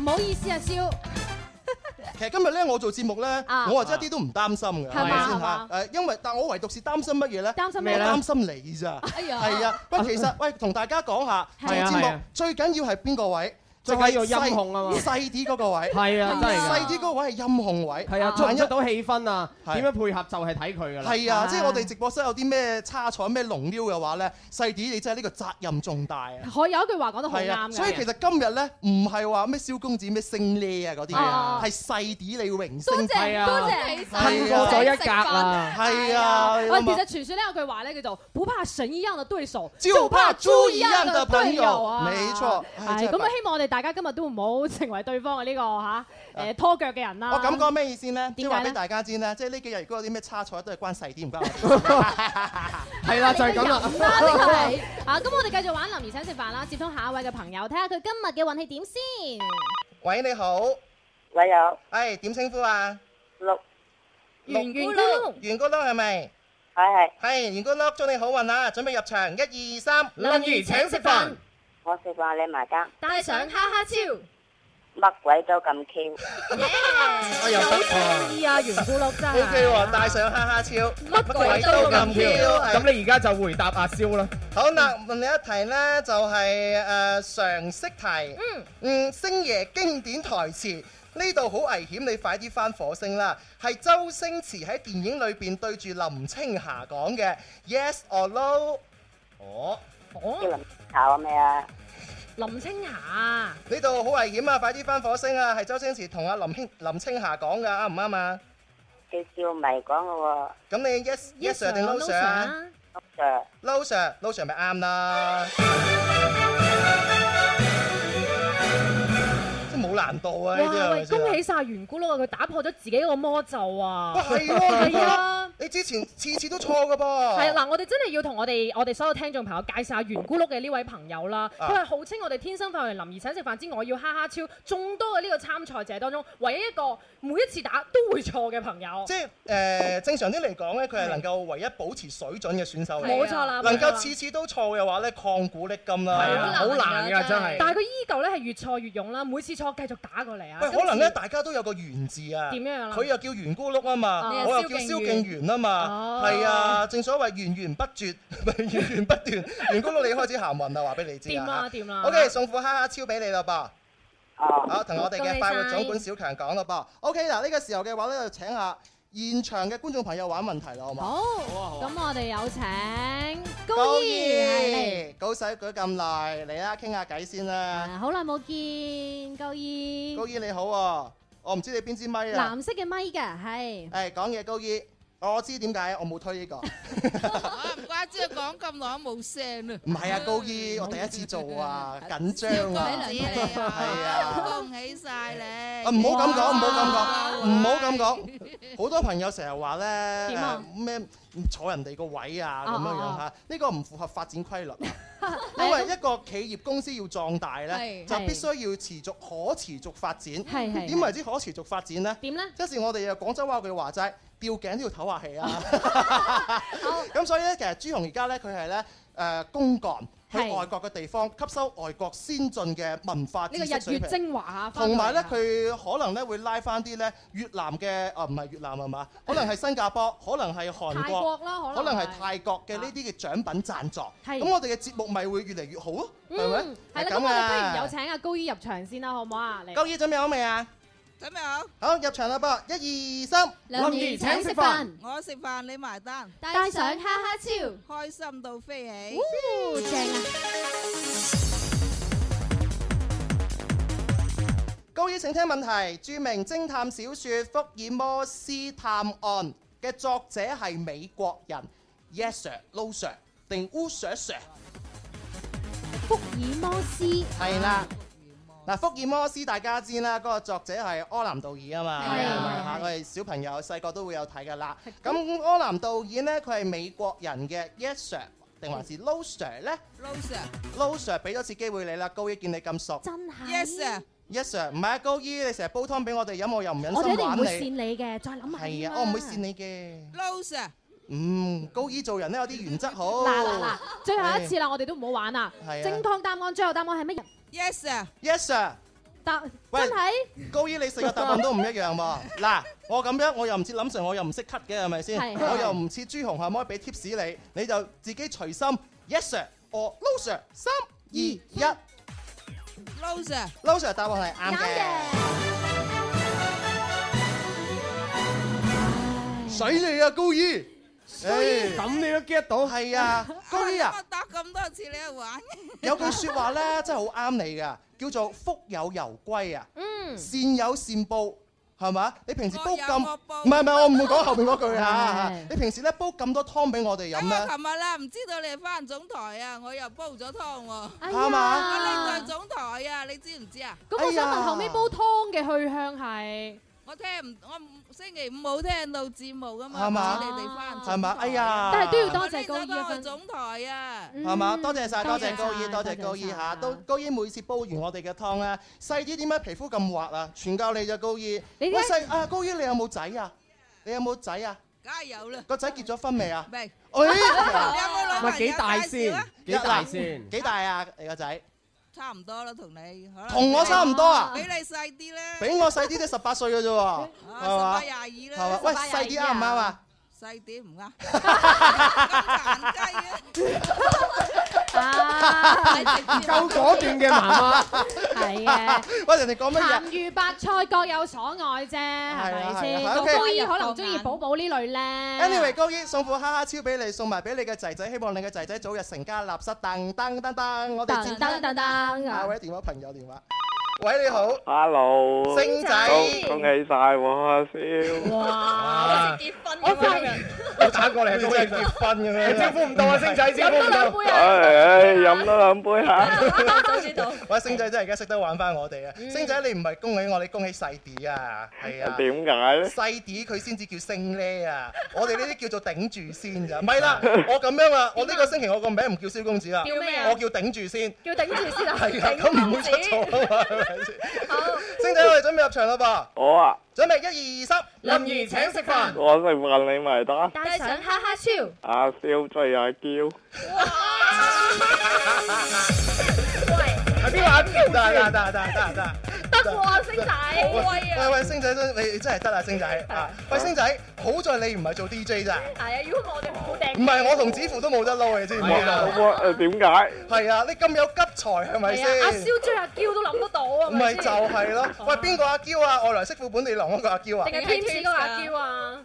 Speaker 3: 唔好意思啊，萧，
Speaker 2: 其實今日咧，我做節目咧，
Speaker 3: 啊
Speaker 2: 我話真係一啲都唔擔心嘅，
Speaker 3: 係嘛
Speaker 2: 咪先
Speaker 3: 係嘛
Speaker 2: 嚇？誒，因為但我唯獨是擔心乜嘢咧？
Speaker 3: 擔心
Speaker 2: 我
Speaker 3: 咩
Speaker 2: 擔心你咋？
Speaker 3: 哎呀
Speaker 2: 係啊，喂，其實喂，同大家講下做
Speaker 12: 係啊
Speaker 2: 節
Speaker 12: 係
Speaker 2: 目
Speaker 12: 啊
Speaker 2: 最緊要係邊個位？
Speaker 12: 最緊要音控啊嘛
Speaker 2: 細啲嗰個位，
Speaker 12: 係啊，真係㗎
Speaker 2: 細啲嗰個位係音控位，
Speaker 12: 係啊，出唔
Speaker 2: 萬一
Speaker 12: 出到氣氛啊？
Speaker 2: 係
Speaker 12: 點樣配合就係睇佢㗎啦。
Speaker 2: 係啊，即係我哋直播室有啲咩差錯、咩龍溜嘅話咧，細啲你真係呢個責任重大啊！
Speaker 3: 可有一句話講得好
Speaker 2: 係啊，
Speaker 3: 啱
Speaker 2: 所以其
Speaker 3: 嘅。
Speaker 2: 實今日咧唔係話咩蕭公子咩星呢啊嗰啲
Speaker 3: 哦
Speaker 2: 嘢，係細啲你榮
Speaker 3: 多
Speaker 2: 升。
Speaker 12: 係
Speaker 3: 謝
Speaker 12: 啊
Speaker 3: 多謝，
Speaker 2: 係啊
Speaker 12: 過咗一格啦，
Speaker 2: 係啊，你
Speaker 3: 喂，
Speaker 2: 諗
Speaker 3: 其
Speaker 2: 下
Speaker 3: 實傳説咧有句話咧叫做不怕神一樣的對手，
Speaker 2: 就怕豬一樣的朋
Speaker 3: 隊
Speaker 2: 友
Speaker 3: 友啊！
Speaker 2: 沒錯唉
Speaker 3: 係
Speaker 2: 真係啊
Speaker 3: 咁啊！希望我哋大家今日都唔好成為對方嘅呢個嚇誒拖腳嘅人啦。
Speaker 2: 我咁講咩意思咧？即
Speaker 3: 啊點解
Speaker 2: 係話俾
Speaker 3: 咧
Speaker 2: 大家知咧，即係呢幾日如果有啲咩差錯都係關細啲唔關我哋。
Speaker 12: 係
Speaker 3: 啊
Speaker 12: 啦，就係咁啦。
Speaker 3: 啦，呢個係啊！咁我哋繼續玩林兒請食飯啦，接通下一位嘅朋友，睇下佢今日嘅運氣點先。
Speaker 2: 喂，你好，
Speaker 11: 喂有
Speaker 2: 誒點稱呼啊？
Speaker 11: 六，
Speaker 3: 圓圓咕
Speaker 2: 圓咕碌係咪？哎
Speaker 11: 係係，
Speaker 2: 係圓咕碌，祝你好運啊！準備入場，一二三，
Speaker 3: 林兒請食飯，
Speaker 11: 我食飯你埋單，
Speaker 3: 帶上哈哈超，
Speaker 11: 乜鬼都咁 Q，
Speaker 12: 哎
Speaker 2: 我又得喎
Speaker 3: 意啊！圓咕碌真
Speaker 2: ，O K 喎，帶上哈哈超，乜
Speaker 3: 鬼都咁
Speaker 2: 挑係
Speaker 12: 咁你而家就回答阿蕭啦。
Speaker 2: 哎好啦，問你一題呢，就係、誒、常識題。嗯星爺經典台詞呢度好危險，你快啲翻火星啦！係周星馳喺電影裏邊對住林青霞講嘅 Yes or No。哦，
Speaker 11: 叫林炒咩啊？
Speaker 3: 林青霞。
Speaker 2: 呢度好危險啊！快啲翻火星啊！係周星馳同阿林青林青霞講噶，啱唔啱啊？
Speaker 11: 叫趙迷講嘅喎，
Speaker 2: 咁你 Yes Yes sir 定 No sir 啊
Speaker 11: 咁 Sir，
Speaker 2: ？No sir，No sir 咪啱啦。真係冇難度啊！呢啲
Speaker 3: 哇！
Speaker 2: 係咪
Speaker 3: 喂，
Speaker 2: 先啊
Speaker 3: 恭喜晒圓咕碌啊！佢打破咗自己個魔咒啊！
Speaker 2: 哇，係喎，
Speaker 3: 係，啊！
Speaker 2: 你之前次次都錯噶噃，
Speaker 3: 係啊嗱，我哋真係要同我哋我哋所有聽眾朋友介紹下圓咕碌嘅呢位朋友啦。
Speaker 2: 啊
Speaker 3: 佢係號稱我哋天生發育人林兒請食飯之外，要哈哈超眾多嘅呢個參賽者當中，唯一一個每一次打都會錯嘅朋友。
Speaker 2: 即係誒、正常啲嚟講咧，佢係能夠唯一保持水準嘅選手嚟，
Speaker 3: 冇錯啦，
Speaker 2: 能
Speaker 3: 冇錯啦
Speaker 2: 夠次次都錯嘅話咧，抗古力金啦，
Speaker 12: 係啊，好難㗎真
Speaker 3: 但
Speaker 12: 係。
Speaker 3: 係佢依舊咧係越錯越勇啦，每次錯繼續打過嚟啊。
Speaker 2: 喂，
Speaker 3: 今
Speaker 2: 可
Speaker 3: 次
Speaker 2: 能咧，大家都有個圓字啊。
Speaker 3: 點樣啦？
Speaker 2: 佢又叫圓咕碌啊嘛，
Speaker 3: 啊
Speaker 2: 我又叫蕭敬元啊嘛，
Speaker 3: 哦
Speaker 2: 係啊，正所謂源源不絕， 源源不斷。圓咕碌你開始行運啦，話俾你知
Speaker 3: 掂啦
Speaker 2: 啊
Speaker 3: 掂啦。
Speaker 2: OK，送副哈哈超俾你啦噃。
Speaker 11: 哦，
Speaker 2: 好，同我哋嘅快活總管小強講咯噃。OK，嗱呢個時候嘅話咧，就請下現場嘅觀眾朋友玩問題啦，好嘛？
Speaker 3: 好，咁我哋有請高
Speaker 2: 高
Speaker 3: 怡嚟。
Speaker 2: 二，高使舉咁耐，嚟啊啦，傾下偈先啦。
Speaker 3: 啊好耐冇見，高怡
Speaker 2: 高二你好喎，我唔知你邊支咪啊？
Speaker 3: 藍色嘅咪嘅係。
Speaker 2: 誒，講嘢高二，我知點解我冇推呢個，唔係啊，高二我 第一次做 啊，緊張啊， 係啊。啊唔好咁講，唔好咁講，唔好咁講。好多朋友成日話咧
Speaker 3: 點啊，
Speaker 2: 咩坐人哋個位啊咁樣
Speaker 3: 哦哦
Speaker 2: 樣嚇，呢個唔符合發展規律啊。 因為一個企業公司要壯大咧，
Speaker 8: 係
Speaker 2: 就必須要持續可持續發展。
Speaker 3: 係係
Speaker 2: 點為之可持續發展咧？
Speaker 3: 點咧？
Speaker 2: 即是我哋嘅廣州話有句話齋，吊頸都要唞下氣 啊！咁所以咧，其實朱紅而家咧，佢係咧誒公幹去
Speaker 3: 係
Speaker 2: 外國嘅地方，吸收外國先進嘅文化知
Speaker 3: 呢個
Speaker 2: 識
Speaker 3: 日
Speaker 2: 水
Speaker 3: 月
Speaker 2: 平。
Speaker 3: 精華啊，
Speaker 2: 同埋咧，
Speaker 3: 翻到嚟啊
Speaker 2: 佢可能咧會拉翻啲咧越南嘅，啊唔係越南係嘛？可能係新加坡，可能係韓
Speaker 3: 泰
Speaker 2: 國，
Speaker 3: 國啦，
Speaker 2: 可能係
Speaker 3: 係
Speaker 2: 泰國嘅呢啲嘅獎品贊助。
Speaker 3: 係
Speaker 2: 咁我哋嘅節目咪會越嚟越好咯，係咪
Speaker 3: 嗯，？係啦，咁我哋不如有請阿高姨入場先啦，好唔好啊？嚟
Speaker 2: 高姨準備好未啊？好，入場啦噃！一二三，
Speaker 8: 林兒請食飯，帶上哈
Speaker 3: 哈超。
Speaker 2: 高姨請聽問題。著名偵探小説《福爾摩斯探案》嘅作者係美國人，Yes sir、No sir 定 Who sir sir？
Speaker 3: 福爾摩斯
Speaker 2: 係啦。
Speaker 3: 哦
Speaker 2: 嗱，福爾摩斯大家知啦，嗰、個作者係柯南道爾啊嘛，
Speaker 3: 係
Speaker 2: 嘛
Speaker 3: 係
Speaker 2: 我哋小朋友細個都會有睇噶啦。咁柯南道爾呢，佢係美國人嘅 Yes Sir 定還
Speaker 3: 嗯
Speaker 2: 是 No Sir 呢 n o Sir 俾咗次機會你啦，高姨見你咁熟
Speaker 3: 真係
Speaker 2: ，Yes Sir 唔係啊，高姨你成日煲湯俾我哋飲，我又唔忍
Speaker 3: 我哋一
Speaker 2: 心
Speaker 3: 定唔
Speaker 2: 玩
Speaker 3: 會
Speaker 2: 你。
Speaker 3: 扇你嘅，再諗下
Speaker 2: 係
Speaker 3: 先
Speaker 2: 啊
Speaker 3: 啦，
Speaker 2: 我唔會扇。你嘅。嗯，高姨做人呢，有啲原則好。
Speaker 3: 嗱嗱嗱，最後一次啦，我哋都唔好玩啦
Speaker 2: 係啊。
Speaker 3: 正確答案，最後答案係乜嘢？
Speaker 2: Yes Sir。
Speaker 3: 答
Speaker 2: 喂
Speaker 3: 真係
Speaker 2: 高姨，你四個答案都唔一樣 喎。嗱，我咁樣，我又唔似林 Sir，我又唔識 cut 嘅，係咪先？
Speaker 3: 係
Speaker 2: 我又唔似朱紅，係咪可以俾 tips 你？你就自己隨心，yes sir or no sir，三二一。
Speaker 8: Loser。
Speaker 2: Loser 答案係啱嘅。犀利啊，高姨！
Speaker 8: 以
Speaker 2: 咁你都 get 到？係啊，高姨啊！
Speaker 8: 我答咁多次你又玩。
Speaker 2: 有句説話咧，真係好啱你噶，叫做福有攸歸啊，
Speaker 8: 嗯
Speaker 2: 善有善報，係嘛？你平時煲咁，
Speaker 8: 惡報
Speaker 2: 唔係唔係，我唔會講後面嗰句啊
Speaker 8: 係。
Speaker 2: 你平時咧煲咁多湯俾我哋飲
Speaker 8: 我
Speaker 2: 咧，
Speaker 8: 琴日啦，唔知道你係翻總台
Speaker 2: à.
Speaker 8: 啊，我又煲咗湯喎。
Speaker 2: 呀啱
Speaker 3: À.
Speaker 2: 啊
Speaker 8: 我你在總台
Speaker 2: à.
Speaker 8: 啊，你知唔知啊？
Speaker 14: 咁我想問後尾煲湯嘅去向係
Speaker 8: 我聽唔，我唔星期五冇聽到節目噶嘛，
Speaker 2: 係嘛
Speaker 8: 唔知你哋翻總台
Speaker 2: 係嘛？哎呀！
Speaker 14: 但係都要多謝高
Speaker 8: 我
Speaker 14: 醫
Speaker 8: 拎咗翻
Speaker 14: 嘅
Speaker 8: 去總台啊，
Speaker 2: 係嘛？多謝晒，多謝高姨，
Speaker 8: 醫，
Speaker 2: 多謝高姨嚇。都高姨每次煲完我哋嘅湯咧，細啲點解皮膚咁滑啊？全靠你啫，高姨。
Speaker 8: 你
Speaker 2: 喂
Speaker 8: 點解
Speaker 2: 細啊，高姨你有冇仔啊？你有冇仔啊？
Speaker 8: 梗係有啦，
Speaker 2: 個仔結咗婚未啊？
Speaker 8: 明。
Speaker 2: 哎
Speaker 8: 有冇女朋友介紹啊？
Speaker 2: 嗱幾大啊？你個仔
Speaker 8: 差唔多啦，同你可能
Speaker 2: 同我差唔多啊
Speaker 8: 比你細啲啦，
Speaker 2: 比我細啲都十八歲嘅啫喎，係
Speaker 8: 啊十八
Speaker 2: 嘛？
Speaker 8: 廿二
Speaker 2: 係
Speaker 8: 啦
Speaker 2: 嘛，喂，細啲啱唔啱啊？？
Speaker 8: 細啲唔啱，
Speaker 3: 啊
Speaker 14: 夠
Speaker 12: 果斷嘅媽媽
Speaker 14: 係嘅。
Speaker 2: 喂，人哋講
Speaker 14: 鹹
Speaker 2: 乜
Speaker 8: 啊
Speaker 2: 嘢？
Speaker 14: 魚白菜各有所愛啫，係
Speaker 2: 啊係啊
Speaker 14: 咪先？
Speaker 2: 係啊係啊
Speaker 14: 咁
Speaker 2: OK
Speaker 14: 高醫可能中意寶寶呢類咧。
Speaker 2: Anyway，高姨送副哈哈超俾你，送埋俾你嘅仔仔，希望你嘅仔仔早日成家立室。噔噔噔噔，我哋接
Speaker 14: 噔噔噔噔
Speaker 2: 下位電話朋友電話。喂，你好，
Speaker 15: Hello，
Speaker 2: 星仔
Speaker 15: 恭恭喜晒喎，蕭。
Speaker 12: 哇！
Speaker 14: 我發 現
Speaker 12: 我打過嚟，真係結婚嘅咩？ 招呼唔到啊，星仔，招呼唔到。
Speaker 15: 唉，飲多兩杯嚇。
Speaker 2: 喂，星仔真係而家識得玩翻我哋啊！
Speaker 8: 嗯
Speaker 2: 星仔你唔係恭喜我，你恭喜細啲啊，係啊。
Speaker 15: 點解咧？
Speaker 2: 細啲佢先至叫星 咧啊！我哋呢啲叫做頂住先 咋，唔係啦，我咁樣啊，我呢個星期我個名唔叫蕭公子啦，
Speaker 16: 叫咩啊
Speaker 2: 我叫頂住先，
Speaker 16: 叫頂住先啊
Speaker 2: 係啊，
Speaker 16: 頂
Speaker 2: 咁唔會出
Speaker 16: 公子
Speaker 2: 錯啊嘛，係咪先？ 星仔，我哋準備入場啦
Speaker 15: 我啊，
Speaker 2: 噃，準備一二二三，
Speaker 15: 林
Speaker 2: 怡
Speaker 15: 怡
Speaker 2: 請食
Speaker 15: 我食。飯你埋單。
Speaker 16: 戴上哈哈超，
Speaker 11: À,
Speaker 15: 阿蕭追阿嬌，
Speaker 2: 係邊個啊？得得得得得得。啊
Speaker 16: 得喎，星仔，啊
Speaker 2: 喂喂，星仔真你真係得啊，星仔啊！喂，星仔，好在你唔係做 DJ 咋，
Speaker 16: 係啊，如果我哋冇定，
Speaker 2: 唔係我同子父都冇得撈你知唔知啊？
Speaker 11: Ờ,
Speaker 15: 誒點解？
Speaker 2: 係啊，你咁有急才係咪
Speaker 16: 係
Speaker 2: 先
Speaker 16: 啊，？阿蕭追阿嬌都諗得到啊，
Speaker 2: 唔係就係咯，喂
Speaker 16: 哦
Speaker 2: 邊個阿嬌啊？外來媳婦本地郎嗰個阿 嬌啊？
Speaker 16: 定係 Teams 嗰個阿嬌啊？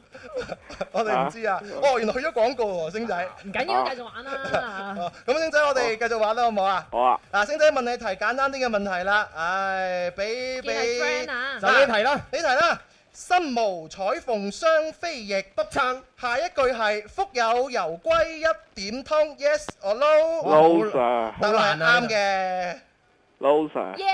Speaker 2: 我哋唔知啊。哦，原來去咗廣告喎，星仔。唔
Speaker 16: 唔緊要，繼續玩啦。
Speaker 2: 咁星仔，我哋繼續玩啦，好唔好啊？
Speaker 15: 好啊。
Speaker 2: 嗱，星仔問你題簡單啲嘅問題啦，唉，俾
Speaker 16: 見係
Speaker 2: 俾
Speaker 16: friend 啊
Speaker 12: 就呢題啦，
Speaker 2: 呢題啦。身無彩鳳雙飛翼，不撐。下一句係福有攸歸一點通，yes or no？
Speaker 15: Loser
Speaker 2: 答案係啱嘅。
Speaker 15: ，loser。
Speaker 9: Dạ.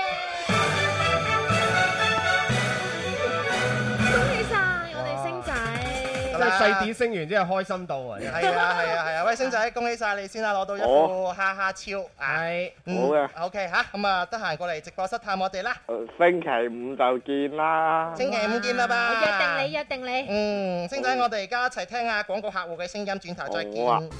Speaker 16: 恭喜晒我哋星仔，
Speaker 12: 真係細啲升完之後開心到啊！真
Speaker 2: 係啊係 啊係啊！喂，星仔，恭喜晒你先啦，攞到一副
Speaker 12: 好
Speaker 2: 哈哈超啊！係
Speaker 15: 好嘅
Speaker 2: OK 吓，咁啊，得閒過嚟直播室探我哋啦，
Speaker 11: Ờ,
Speaker 15: 星期五就見啦。
Speaker 2: 星期五見啦吧。
Speaker 16: 我約定你，約定你。
Speaker 2: 嗯，星仔，我哋而家一齊聽下廣告客戶嘅聲音，轉頭再見。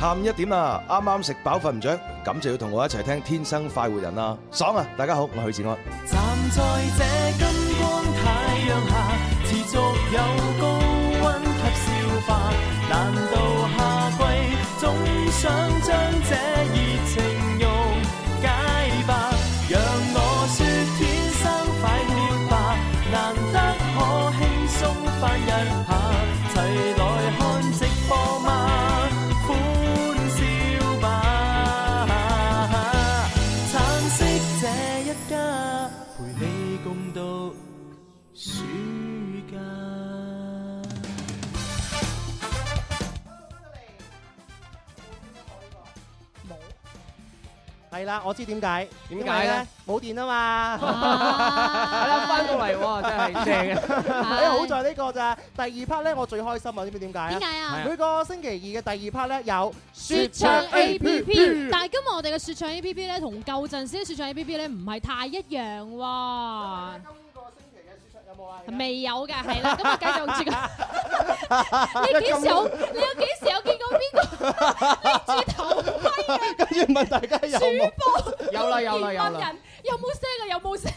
Speaker 17: 下午一點啦，啱啱食飽瞓唔着，咁就要同我一齊聽《天生快活人》啦，爽啊！大家好，我係許志安。
Speaker 1: 站在這金光太陽下，持續有高溫及消化。難道夏季總想將這熱情溶解吧？讓我説天生快活吧，難得可輕鬆翻一下，齊來看直播嗎？歡笑吧，橙色這一家，陪你共度暑假。
Speaker 2: 係啦，我知點解，
Speaker 4: 點解咧？
Speaker 2: 冇電啊嘛，
Speaker 4: 係
Speaker 3: 啊
Speaker 4: 啦返到嚟喎真係正嘅
Speaker 2: 哎呀好在呢個咋，第二 part 咧我最開心啊，知唔知點解啊？
Speaker 3: 點解啊係啊
Speaker 2: 每個星期二嘅第二 part 咧有
Speaker 3: 説唱 A P P，但係今日我哋嘅説唱 A P P 咧，同舊陣時嘅説唱 A P P 咧唔係太一樣喎。未有㗎，係啦，咁啊繼續 住㗎。你幾時有？你有幾時有見過邊個？
Speaker 2: 跟住問大家有冇？
Speaker 3: 主播
Speaker 2: 有啦有啦有啦
Speaker 3: 葉問人有冇聲啊？有冇聲？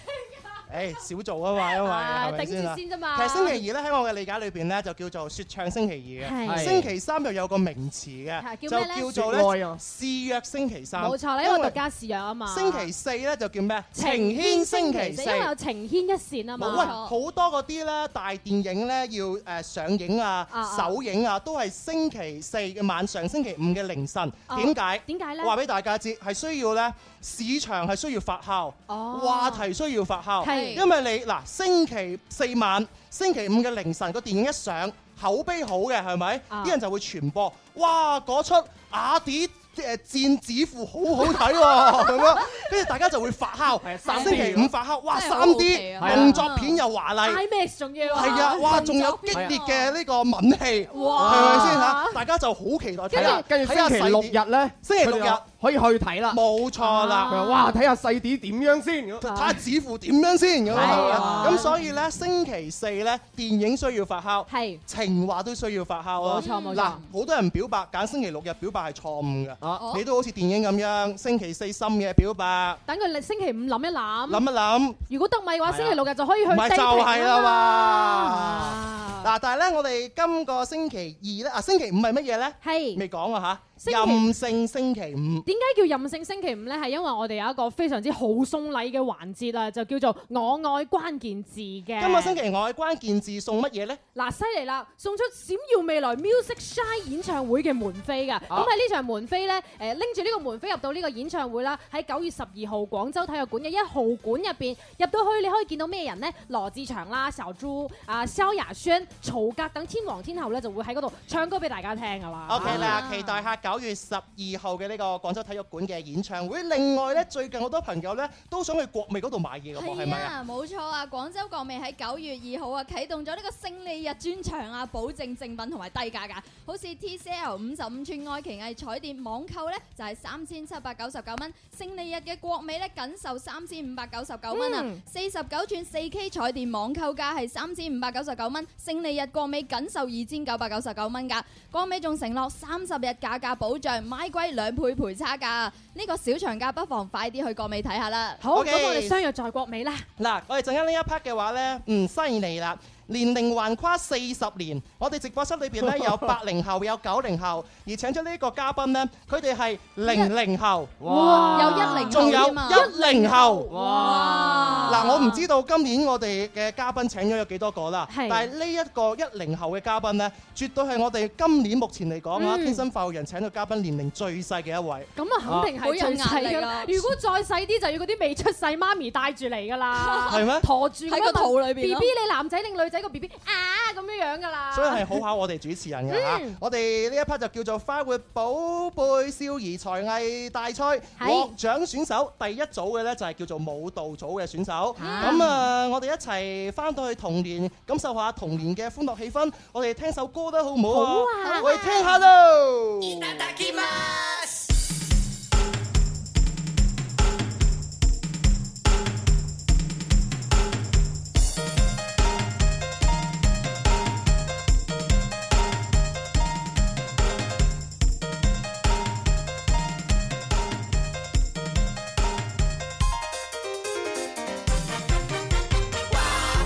Speaker 2: 誒少做啊嘛，因為
Speaker 3: 啊
Speaker 2: 係咪先啊
Speaker 3: 頂住先啫嘛
Speaker 2: 其實星期二咧喺我嘅理解裏邊咧就叫做説唱星期二嘅，
Speaker 3: 係
Speaker 2: 星期三又有個名詞嘅，
Speaker 3: 係
Speaker 2: 就
Speaker 3: 叫咩咧
Speaker 2: 叫做
Speaker 3: 説愛
Speaker 2: 咧
Speaker 3: 啊
Speaker 2: 肆虐星期三。
Speaker 3: 冇錯啦，因為獨家試藥啊嘛。
Speaker 2: 星期四咧就叫咩？
Speaker 3: 情牽星期四，因為有情牽一線啊嘛。
Speaker 2: 冇啊！好多嗰啲咧大電影咧要誒上映啊
Speaker 3: 啊啊、
Speaker 2: 首映啊，都係星期四嘅晚上、星期五嘅凌晨。
Speaker 3: 啊
Speaker 2: 點解？
Speaker 3: 點解咧
Speaker 2: 我話俾大家知，係需要咧市場係需要發酵，
Speaker 3: 哦
Speaker 2: 話題需要發酵。
Speaker 3: 係
Speaker 2: 因為你嗱星期四晚、星期五嘅凌晨個電影一上，口碑好嘅係咪？
Speaker 3: 啊
Speaker 2: 啲人就會傳播，哇！嗰出雅典誒戰指父好好睇喎， 咁樣跟住大家就會發酵。
Speaker 4: 三 D
Speaker 2: 星期五發酵，哇！
Speaker 3: 真係好
Speaker 2: 三
Speaker 3: 好
Speaker 2: D
Speaker 3: 奇啊
Speaker 2: 動作片又華麗。
Speaker 3: IMAX 仲要
Speaker 2: 係啊，哇！仲有激烈嘅呢個吻戲，
Speaker 3: 哇
Speaker 2: 係咪先嚇？大家就好期待睇下。
Speaker 4: 啊跟住
Speaker 2: 睇下
Speaker 4: 星期
Speaker 2: 細
Speaker 4: 六
Speaker 2: 碟
Speaker 4: 日咧，
Speaker 2: 星期六日
Speaker 4: 可以去睇啦。
Speaker 2: 冇錯啦
Speaker 4: 佢
Speaker 3: 啊
Speaker 4: 話哇，睇下細啲點樣先。
Speaker 2: 睇下指父點樣先咁
Speaker 4: 係
Speaker 2: 啊
Speaker 4: 啊！
Speaker 2: 咁所以咧，星期四咧，電影需要發酵，情話都需要發酵啊！
Speaker 3: 冇錯冇錯
Speaker 2: 嗱，好多人表白揀星期六日表白係錯誤
Speaker 3: 哦
Speaker 2: 嘅，你都好似電影咁樣，星期四深夜表白，
Speaker 3: 等佢星期五諗一諗。
Speaker 2: 諗一諗。
Speaker 3: 如果得咪嘅話，星期六日就可以去
Speaker 2: 唔係啊
Speaker 3: dating
Speaker 2: 就係啦嘛
Speaker 3: 啊。
Speaker 2: 嗱，但係咧，我哋今個星期二咧，啊星期五係乜嘢咧？
Speaker 3: 係
Speaker 2: 未講啊
Speaker 3: 星
Speaker 2: 嚇，
Speaker 3: 期
Speaker 2: 任性星期五。
Speaker 3: 點解叫任性星期五呢？係因為我哋有一個非常之好送禮嘅環節啊，就叫做我愛關鍵字嘅。
Speaker 2: 今個星期我嘅關鍵字送乜嘢咧？
Speaker 3: 嗱，犀利啦！送出閃耀未來 Music Shine 演唱會嘅門飛
Speaker 2: 啊
Speaker 3: 㗎。咁喺呢場門飛呢，誒拎住呢個門飛入到呢個演唱會啦，喺九月十二號廣州體育館嘅一號館入邊，入到去你可以見到咩人呢？羅志祥啦、小豬啊、蕭亞軒、曹格等天王天后呢，就會喺嗰度唱歌俾大家聽㗎啦。
Speaker 2: OK 啦，期待下九月十二號嘅呢個廣州體育館嘅演唱會。另外咧，最近好多朋友咧都想去國美嗰度買嘢嘅喎，係
Speaker 18: 係
Speaker 2: 咪啊
Speaker 18: 啊，？冇錯啊！廣州國美喺九月二號啊，啟動咗呢個勝利日專場啊，保證正品同埋低價㗎。好似 TCL 五十五寸愛奇藝彩電網購呢，就係三千七百九十九蚊；勝利日嘅國美呢，僅售三千五百九十九蚊啊
Speaker 3: 嗯！
Speaker 18: 四十九寸四 K 彩電網購價係三千五百九十九蚊，勝利日國美僅售二千九百九十九蚊㗎。國美仲承諾三十日價格保障，買貴兩倍賠差價啊。呢個小長假不妨快啲去國美睇下啦。
Speaker 2: 好 OK 咁我哋相
Speaker 3: 約在國美啦。
Speaker 2: 嗱，我哋陣間呢一 part 嘅話咧，嗯，犀利啦！年齡橫跨四十年，我哋直播室裏邊咧 有八零後，有九零後，而請咗呢個嘉賓咧，佢哋係零零後，
Speaker 18: 哇有110後
Speaker 2: 仲有
Speaker 18: 添啊
Speaker 2: 一零後，
Speaker 18: 哇
Speaker 2: 嗱，我唔知道今年我哋嘅嘉賓請咗有幾多個啦，
Speaker 3: 係
Speaker 2: 但係呢一個一零後嘅嘉賓咧，絕對係我哋今年目前嚟講啊，
Speaker 3: 嗯
Speaker 2: 天生快活人請到嘉賓年齡最細嘅一位。
Speaker 3: 咁啊，肯定係最細㗎啦
Speaker 18: 好有壓力啊！
Speaker 3: 如果再細啲，就要嗰啲未出世媽咪帶住嚟 㗎啦，
Speaker 2: 係咩
Speaker 3: 陀住
Speaker 18: 喺個肚裏邊咯
Speaker 3: B B 你男仔定女仔個 B B 啊咁樣樣㗎啦。
Speaker 2: 所以係好考我哋主持人嘅嚇
Speaker 3: 嗯。
Speaker 2: 我哋呢一 part 就叫做快活寶貝少兒才藝大賽
Speaker 3: 係
Speaker 2: 獲獎選手，第一組嘅呢就係叫做舞蹈組嘅選手。
Speaker 3: 啊
Speaker 2: 咁啊，我哋一齊翻到去童年，感受下童年嘅歡樂氣氛。我哋聽首歌啦，好唔好
Speaker 3: 好啊
Speaker 2: 我哋聽下咯。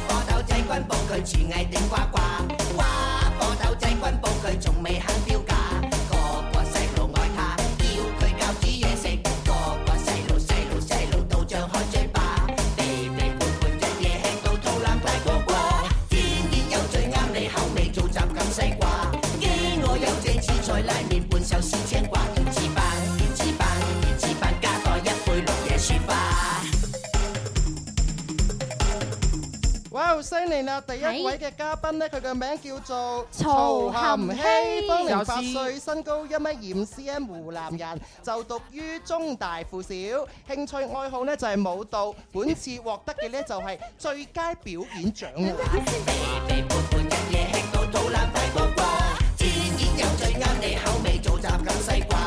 Speaker 6: 火豆仔君報佢廚藝頂呱呱，哇！火豆仔君報佢仲未肯標價，個個細路愛他，要佢教煮嘢食，個個細路細路細路到張開嘴巴，肥肥胖胖一嘢吃到肚腩大過瓜，天然有最啱你口味做雜金西瓜，飢餓有正切菜拉麵半壽司青瓜，原子飯原子飯原子飯加多一杯綠野雪花。
Speaker 2: 哇！好犀利啦！第一位嘅嘉賓呢，佢嘅名叫做
Speaker 3: 曹含希
Speaker 2: 方齡八歲，身高一米二五 cm，湖南人，就讀於中大附小，興趣愛好呢就係舞蹈。本次獲得嘅呢就係最佳表演獎喎。
Speaker 6: 肥胖胖一嘢吃到肚腩大過瓜，天然有最啱你口味做雜錦西瓜。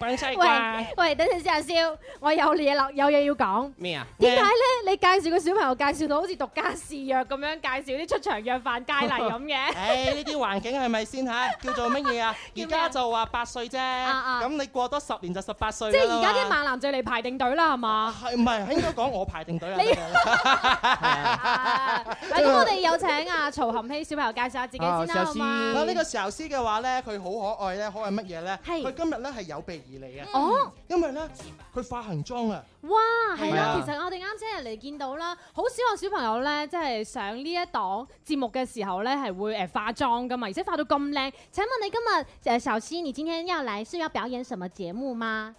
Speaker 2: Hãy subscribe cho kênh Ghiền Mì Gõ Để không bỏ lỡ
Speaker 4: 兩西瓜
Speaker 3: 喂。喂，等陣先阿蕭，我有嘢啦，有嘢要講。
Speaker 4: 咩啊？
Speaker 3: 點解咧？你介紹個小朋友介紹到好似獨家試藥咁樣介紹啲出場藥飯佳例咁 嘅？
Speaker 2: 誒呢啲環境係咪先 嚇？叫做乜嘢啊？而家就話八歲啫，
Speaker 3: 啊
Speaker 2: 咁你過多十年就十八歲
Speaker 3: 即係
Speaker 2: 㗎啦
Speaker 3: 而家啲
Speaker 2: 嘛
Speaker 3: 猛男就嚟排定隊啦，係 嘛？
Speaker 2: 係唔係應該講我排定隊啊？
Speaker 3: 你嗱，咁我哋有請阿曹含希小朋友介紹下自己先
Speaker 2: 啊
Speaker 3: 啦，好嘛？
Speaker 2: 嗱呢個時候師嘅話咧，佢好可愛咧，可愛乜嘢咧？佢今日咧係有備而嚟啊！
Speaker 3: 哦，
Speaker 2: 因為咧佢化行妝啊，
Speaker 3: 哇，係
Speaker 2: 係
Speaker 3: 啦，
Speaker 2: 啊
Speaker 3: 其實我哋啱先嚟見到啦，好少有小朋友咧，即係上呢一檔節目嘅時候咧，係會誒化妝噶嘛，而且化到咁靚。請問你今日誒小溪，你今天要嚟是要表演什麼節目嗎？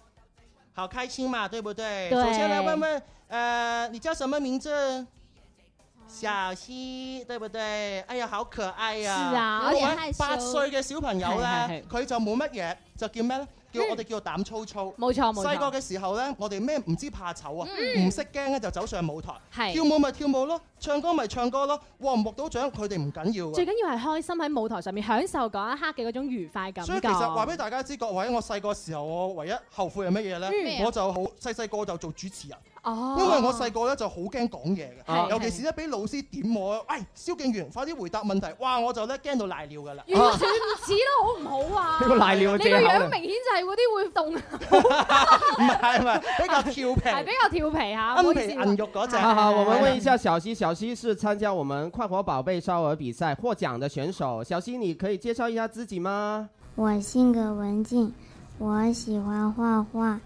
Speaker 2: 好開心嘛，對不對？
Speaker 3: 對
Speaker 2: 首先來問問，呃，你叫什麼名字？小希，對不對？哎呀，好可愛呀！
Speaker 3: 是啊
Speaker 2: 因為
Speaker 3: 有點害羞
Speaker 2: 八歲嘅小朋友
Speaker 3: 係係
Speaker 2: 咧，佢就冇乜嘢，就叫咩咧？叫我哋叫膽粗粗。
Speaker 3: 冇錯嗯冇錯
Speaker 2: 細個嘅時候咧，我哋咩唔知怕醜啊，
Speaker 3: 嗯
Speaker 2: 唔識驚咧就走上舞台，
Speaker 3: 係
Speaker 2: 跳舞咪跳舞咯，唱歌咪唱歌咯，獲唔獲到獎佢哋唔緊要啊。
Speaker 3: 最緊要係開心喺舞台上面享受嗰一刻嘅嗰種愉快感覺。
Speaker 2: 所以其實話俾大家知，各位，我細個時候我唯一後悔係乜嘢呢
Speaker 3: 嗯咩？啊
Speaker 2: 我就好細細個就做主持人。
Speaker 3: 哦，
Speaker 2: 因為我細個咧就好驚講嘢
Speaker 3: 係
Speaker 2: 嘅，尤其是咧俾老師點我，喂，蕭敬元，快啲回答問題，哇！我就咧驚到賴尿㗎 啦。
Speaker 3: 完全唔似啦，好唔好啊？
Speaker 2: 呢個賴尿嘅
Speaker 3: 你
Speaker 2: 藉
Speaker 3: 個
Speaker 2: 口
Speaker 3: 樣
Speaker 2: 嚟
Speaker 3: 明顯就係嗰啲會動，
Speaker 2: 唔係唔係，比較調皮，
Speaker 3: 係比較調皮嚇，啊唔好意
Speaker 2: 恩嗯皮
Speaker 3: 思啊
Speaker 2: 銀肉嗰只。
Speaker 4: 好好，我们问一下小溪，小溪是参加我们快活宝贝少儿比赛获奖的选手，小溪你可以介绍一下自己吗？
Speaker 10: 我性格文静，我喜欢画画、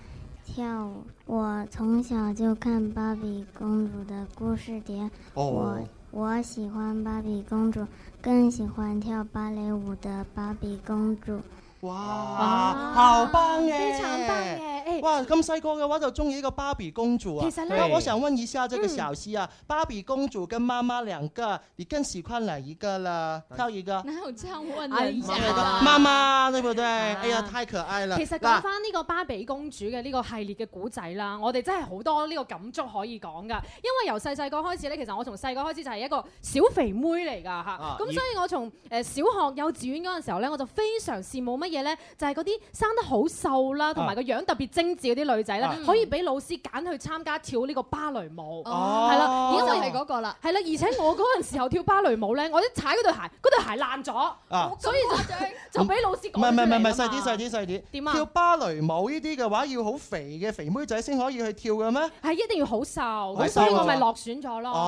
Speaker 10: 跳舞。我从小就看芭比公主的故事碟。我
Speaker 19: 哦
Speaker 10: 我喜欢芭比公主，更喜欢跳芭蕾舞的芭比公主。
Speaker 3: 啊
Speaker 2: 哇，好棒嘅，
Speaker 10: 非常棒
Speaker 2: 嘅。哇，咁細個嘅話就中意一個芭比公主啊。
Speaker 10: 其實呢
Speaker 2: 那我想問一下這個小溪啊，
Speaker 3: 嗯
Speaker 2: 芭比公主跟媽媽兩個，你更喜歡哪一個啦？挑一個。
Speaker 18: 哪有这样问
Speaker 3: 哎
Speaker 18: 人家
Speaker 3: 呀
Speaker 18: 啊？
Speaker 2: 媽媽對不對？哎呀，太可愛了。
Speaker 3: 啊其實講翻呢個芭比公主嘅呢個系列嘅古仔啦，我哋真係好多呢個感觸可以講噶。因為由細細個開始咧，其實我從細個開始就係一個小肥妹嚟㗎嚇，
Speaker 20: 啊
Speaker 3: 咁所以我從誒小學、幼稚園嗰陣時候咧，我就非常羨慕乜嘢咧，就係嗰啲生得好瘦
Speaker 2: 啊
Speaker 3: 啦，同埋個樣特別精緻嗰啲女仔咧
Speaker 20: 啊，
Speaker 2: 嗯
Speaker 3: 可以俾老師揀去參加跳呢個芭蕾舞，
Speaker 2: 啊
Speaker 20: 哦
Speaker 3: 係啦，
Speaker 20: 我就
Speaker 3: 係
Speaker 20: 係
Speaker 3: 嗰個啦，係啦，而且我嗰陣時候跳芭蕾舞咧，我一踩嗰對鞋，嗰對鞋爛
Speaker 2: 啊
Speaker 3: 咗，所以就就俾老師講
Speaker 2: 唔係唔係唔係
Speaker 3: 出
Speaker 2: 唔
Speaker 3: 嚟㗎
Speaker 2: 係細
Speaker 3: 嘛
Speaker 2: 啲細啲細啲。
Speaker 3: 啊點啊
Speaker 2: 跳芭蕾舞呢啲嘅話，要好肥嘅肥妹仔先可以去跳嘅咩？
Speaker 3: 係一定要好瘦，咁
Speaker 2: 係
Speaker 3: 所以
Speaker 2: 瘦啊
Speaker 3: 我咪落選咗咯。啊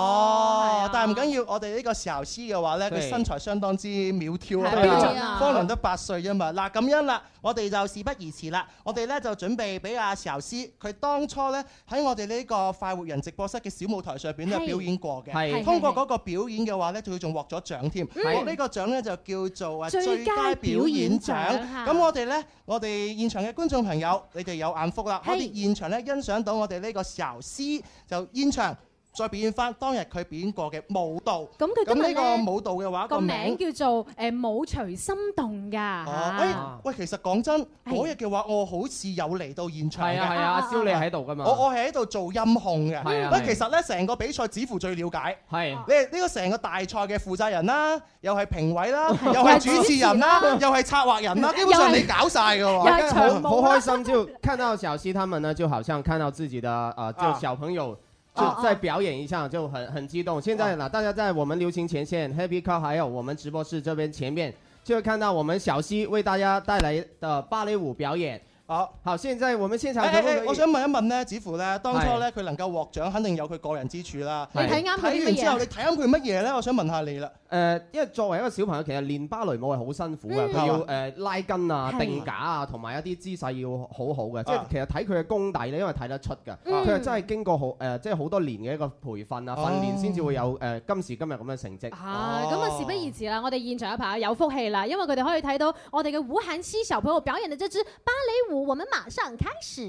Speaker 2: 哦，但係唔緊要，我哋呢個時候師嘅話咧，
Speaker 4: 對
Speaker 2: 佢身材相當之苗條啊，
Speaker 3: 係
Speaker 2: 標
Speaker 3: 標準啊
Speaker 2: 準，方能得八歲啫嘛。嗱咁樣啦，我哋就事不宜遲啦，我哋咧就準備俾阿時候師，佢當初咧喺我哋呢個快活人直播室嘅小舞台上邊咧
Speaker 4: 係
Speaker 2: 表演過嘅，
Speaker 4: 係
Speaker 2: 通過嗰個表演嘅話咧，佢仲獲咗獎添。哦
Speaker 4: 嗯
Speaker 2: 呢個獎咧就叫做啊
Speaker 4: 最
Speaker 2: 最
Speaker 4: 佳
Speaker 2: 佳
Speaker 4: 表
Speaker 2: 表
Speaker 4: 演
Speaker 2: 演
Speaker 4: 獎
Speaker 2: 獎。
Speaker 4: 嚇
Speaker 2: 咁我哋咧，我哋現場嘅觀眾朋友，你哋有眼福啦！
Speaker 4: 係
Speaker 2: 我哋現場咧欣賞到我哋呢個壽司，就現場再表演翻當日佢表演過嘅舞蹈。
Speaker 3: 咁佢今
Speaker 2: 咁
Speaker 3: 日呢
Speaker 2: 呢個舞蹈嘅話
Speaker 3: 個
Speaker 2: 個
Speaker 3: 名
Speaker 2: 名。
Speaker 3: 叫啊做誒舞隨心動㗎。嚇
Speaker 2: 哦，喂喂，其實講真，嗰日嘅話，我好似有嚟到現場嘅。
Speaker 4: 係啊係啊阿蕭你喺度㗎
Speaker 12: 哦
Speaker 4: 嘛
Speaker 2: 我我係喺度做音控嘅。
Speaker 4: 係啊係
Speaker 2: 喂，其實咧，成個比賽似乎最了解。
Speaker 4: 係
Speaker 2: 你係呢個成個大賽嘅負責人啦，又係評委 啦，又係主持人啦
Speaker 4: 又係主持人啦，
Speaker 2: 又係策劃人啦，基本 上
Speaker 4: 又係
Speaker 2: 你搞晒㗎喎。
Speaker 4: 好好开心，就看到小溪他们呢，就好像看到自己的呃，就
Speaker 2: 啊
Speaker 4: 小朋友。就在表演一下，就很很激动。现在呢，大家在我们流行前线、Happy Call，还有我们直播室这边前面，就会看到我们小溪为大家带来的芭蕾舞表演。
Speaker 2: 好，
Speaker 4: 好，現在我們現場
Speaker 2: 誒
Speaker 4: 可不可以
Speaker 2: 哎誒誒我想問一問咧，子乎咧，當初咧佢能夠獲獎，肯定有佢個人之處啦。
Speaker 4: 你睇啱佢啲乜嘢
Speaker 2: 睇完之後，你睇啱佢乜嘢咧？我想問下你啦。
Speaker 4: 誒，呃因為作為一個小朋友，其實練芭蕾舞係好辛苦嘅，
Speaker 2: 嗯
Speaker 4: 佢要誒拉筋啊、
Speaker 2: 係
Speaker 4: 定架啊，同埋一啲姿勢要好好嘅。即係
Speaker 2: 啊
Speaker 4: 其實睇佢嘅功底咧，因為睇得出㗎。
Speaker 2: 嗯
Speaker 4: 佢係真係經過好誒，即係好多年嘅一個培訓啊、
Speaker 2: 哦
Speaker 4: 訓練，先至會有誒今時今日咁嘅成績。
Speaker 3: 啊，咁啊事不宜遲啦，我哋現場嘅朋友有福氣啦，因為佢哋可以睇到我哋嘅胡漢斯小朋友表演嘅這支芭蕾舞，我們馬上開始。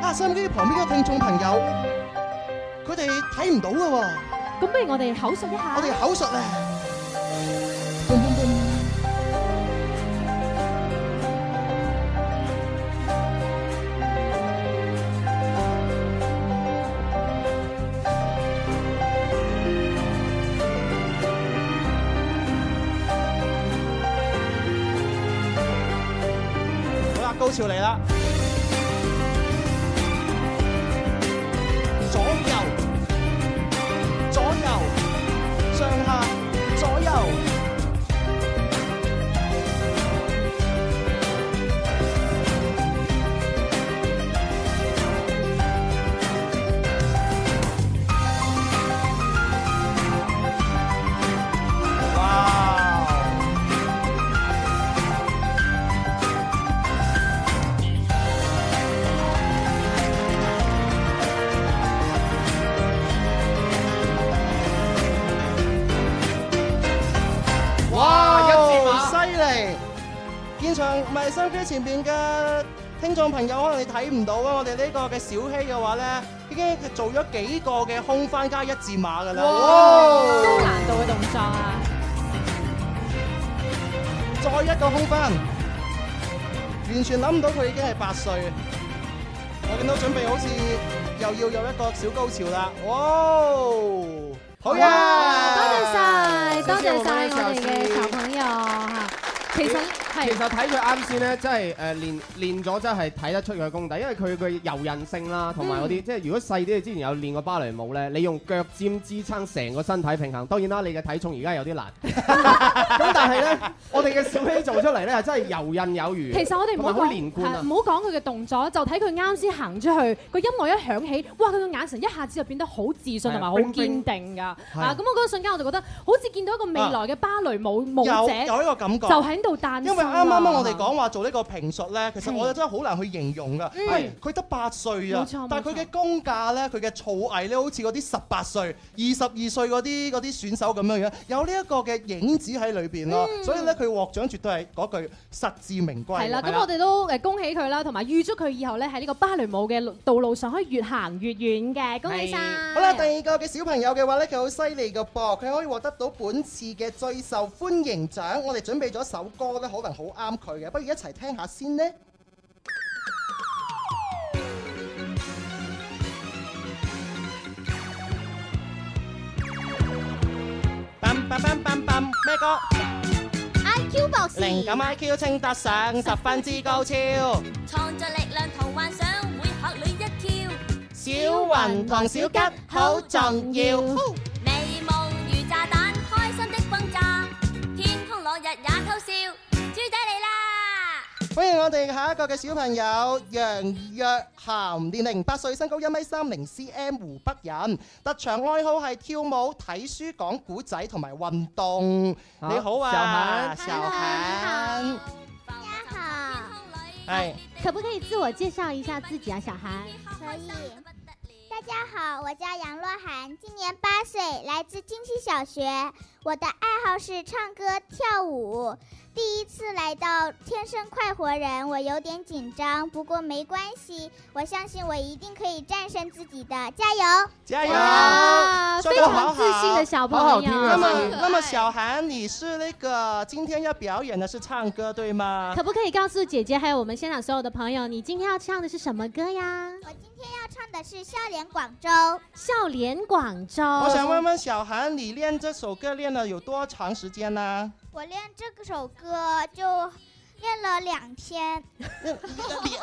Speaker 2: 啊，收音機旁邊嘅聽眾朋友，佢哋睇唔到㗎喎。
Speaker 3: 咁不如我哋口述一下。
Speaker 2: 我哋口述咧。
Speaker 1: Hãy subscribe cho kênh Ghiền Mì Gõ Để không bỏ lỡ
Speaker 2: 高潮嚟啦！左右，左右，上下，左右。哇！
Speaker 1: 哇一字馬
Speaker 2: 犀利！現場唔係收音機前邊嘅聽眾朋友，可能你睇唔到啊！我哋呢個嘅小希嘅話咧，已經做咗幾個嘅空翻加一字馬㗎啦。
Speaker 14: 高難度嘅動作啊！
Speaker 2: 再一個空翻，完全諗唔到佢已經係八歲。我見到準備好似又要有一個小高潮啦！哇哦，好嘢！哎
Speaker 3: 多謝晒，多謝晒我哋嘅
Speaker 4: 小
Speaker 3: 小朋友嚇。其實
Speaker 4: 其
Speaker 3: 係
Speaker 4: 實睇佢啱先咧，真係誒練練咗，真係睇得出佢嘅功底，因為佢嘅柔韌性啦，同埋嗰啲
Speaker 3: 嗯
Speaker 4: 即係如果細啲，你之前有練過芭蕾舞咧，你用腳尖支撐成個身體平衡，當然啦，你嘅體重而家有啲難。咁但係咧，我哋嘅小希做出嚟咧，係真係柔韌有餘，
Speaker 3: 其實我哋唔
Speaker 4: 同埋
Speaker 3: 好
Speaker 4: 好
Speaker 3: 講
Speaker 4: 連貫啊
Speaker 3: 係。唔好講佢嘅動作，就睇佢啱先行出去，個音樂一響起，哇！佢個眼神一下子就變得好自信
Speaker 14: 係啊
Speaker 3: 同埋好
Speaker 14: 冰
Speaker 3: 堅定
Speaker 14: 冰
Speaker 3: 㗎。啊，
Speaker 14: 係
Speaker 3: 咁我嗰個瞬間我就覺得好似見到一個未來嘅芭蕾舞舞者，
Speaker 2: 有有一個感覺
Speaker 3: 就喺度誕生
Speaker 2: 因為啱啱啱
Speaker 3: 啊
Speaker 2: 我哋講話做呢個評述咧，其實我哋真係好難去形容噶。
Speaker 3: 嗯
Speaker 2: 喂，佢得八歲啊
Speaker 3: 冇錯，
Speaker 2: 但係佢嘅功架咧，佢嘅造詣咧，好似嗰啲十八歲、二十二歲嗰啲嗰啲選手咁樣樣，有呢一個嘅影子喺裏邊咯。所以咧，佢獲獎絕對係嗰句實至名歸。
Speaker 3: 嗯係啦，咁我哋都誒恭喜佢啦，同埋預祝佢以後咧喺呢個芭蕾舞嘅路道路上可以越行越遠嘅，恭喜晒！
Speaker 2: 好啦，第二個嘅小朋友嘅話咧，佢好犀利嘅噃，佢可以獲得到本次嘅最受歡迎獎。我哋準備咗首歌咧，可能好啱佢嘅，不如一齊聽下先呢。砰砰砰砰砰，咩歌？
Speaker 19: IQ 博士
Speaker 2: 靈感 IQ 稱得上，十分之高超。
Speaker 19: 創作力量同幻想會嚇你一跳，
Speaker 2: 小雲同小吉好重要。
Speaker 19: 美夢如炸彈，開心的轟炸，天空朗日也偷笑，豬仔嚟啦！
Speaker 2: 歡迎我哋下一個嘅小朋友楊若涵，年齡八歲，身高一米三零 cm，湖北人，特長愛好係跳舞、睇書、講古仔同埋運動。
Speaker 1: 好
Speaker 2: 你好啊，
Speaker 1: 小
Speaker 2: 小涵，
Speaker 10: 哎
Speaker 2: 係
Speaker 19: 可不可以自我介绍一下自己啊，小韩？
Speaker 10: 可以。大家好，我叫杨洛涵，今年八岁，来自京西小学。我的爱好是唱歌跳舞。第一次来到《天生快活人》，我有点紧张，不过没关系，我相信我一定可以战胜自己的，加油！
Speaker 2: 加油！
Speaker 3: 哇
Speaker 2: 说得好好
Speaker 3: 非常自信的小朋友好好听啊好
Speaker 2: 那
Speaker 3: 可
Speaker 2: 么
Speaker 3: 爱，
Speaker 2: 那么小涵，你是那个今天要表演的是唱歌对吗？
Speaker 19: 可不可以告诉姐姐还有我们现场所有的朋友，你今天要唱的是什么歌呀？
Speaker 10: 我今天要唱的是《笑脸广州》。
Speaker 19: 笑脸广州，
Speaker 2: 我想问问小涵，你练这首歌练了有多长时间啊呢？
Speaker 10: 我练这首歌就练了两天，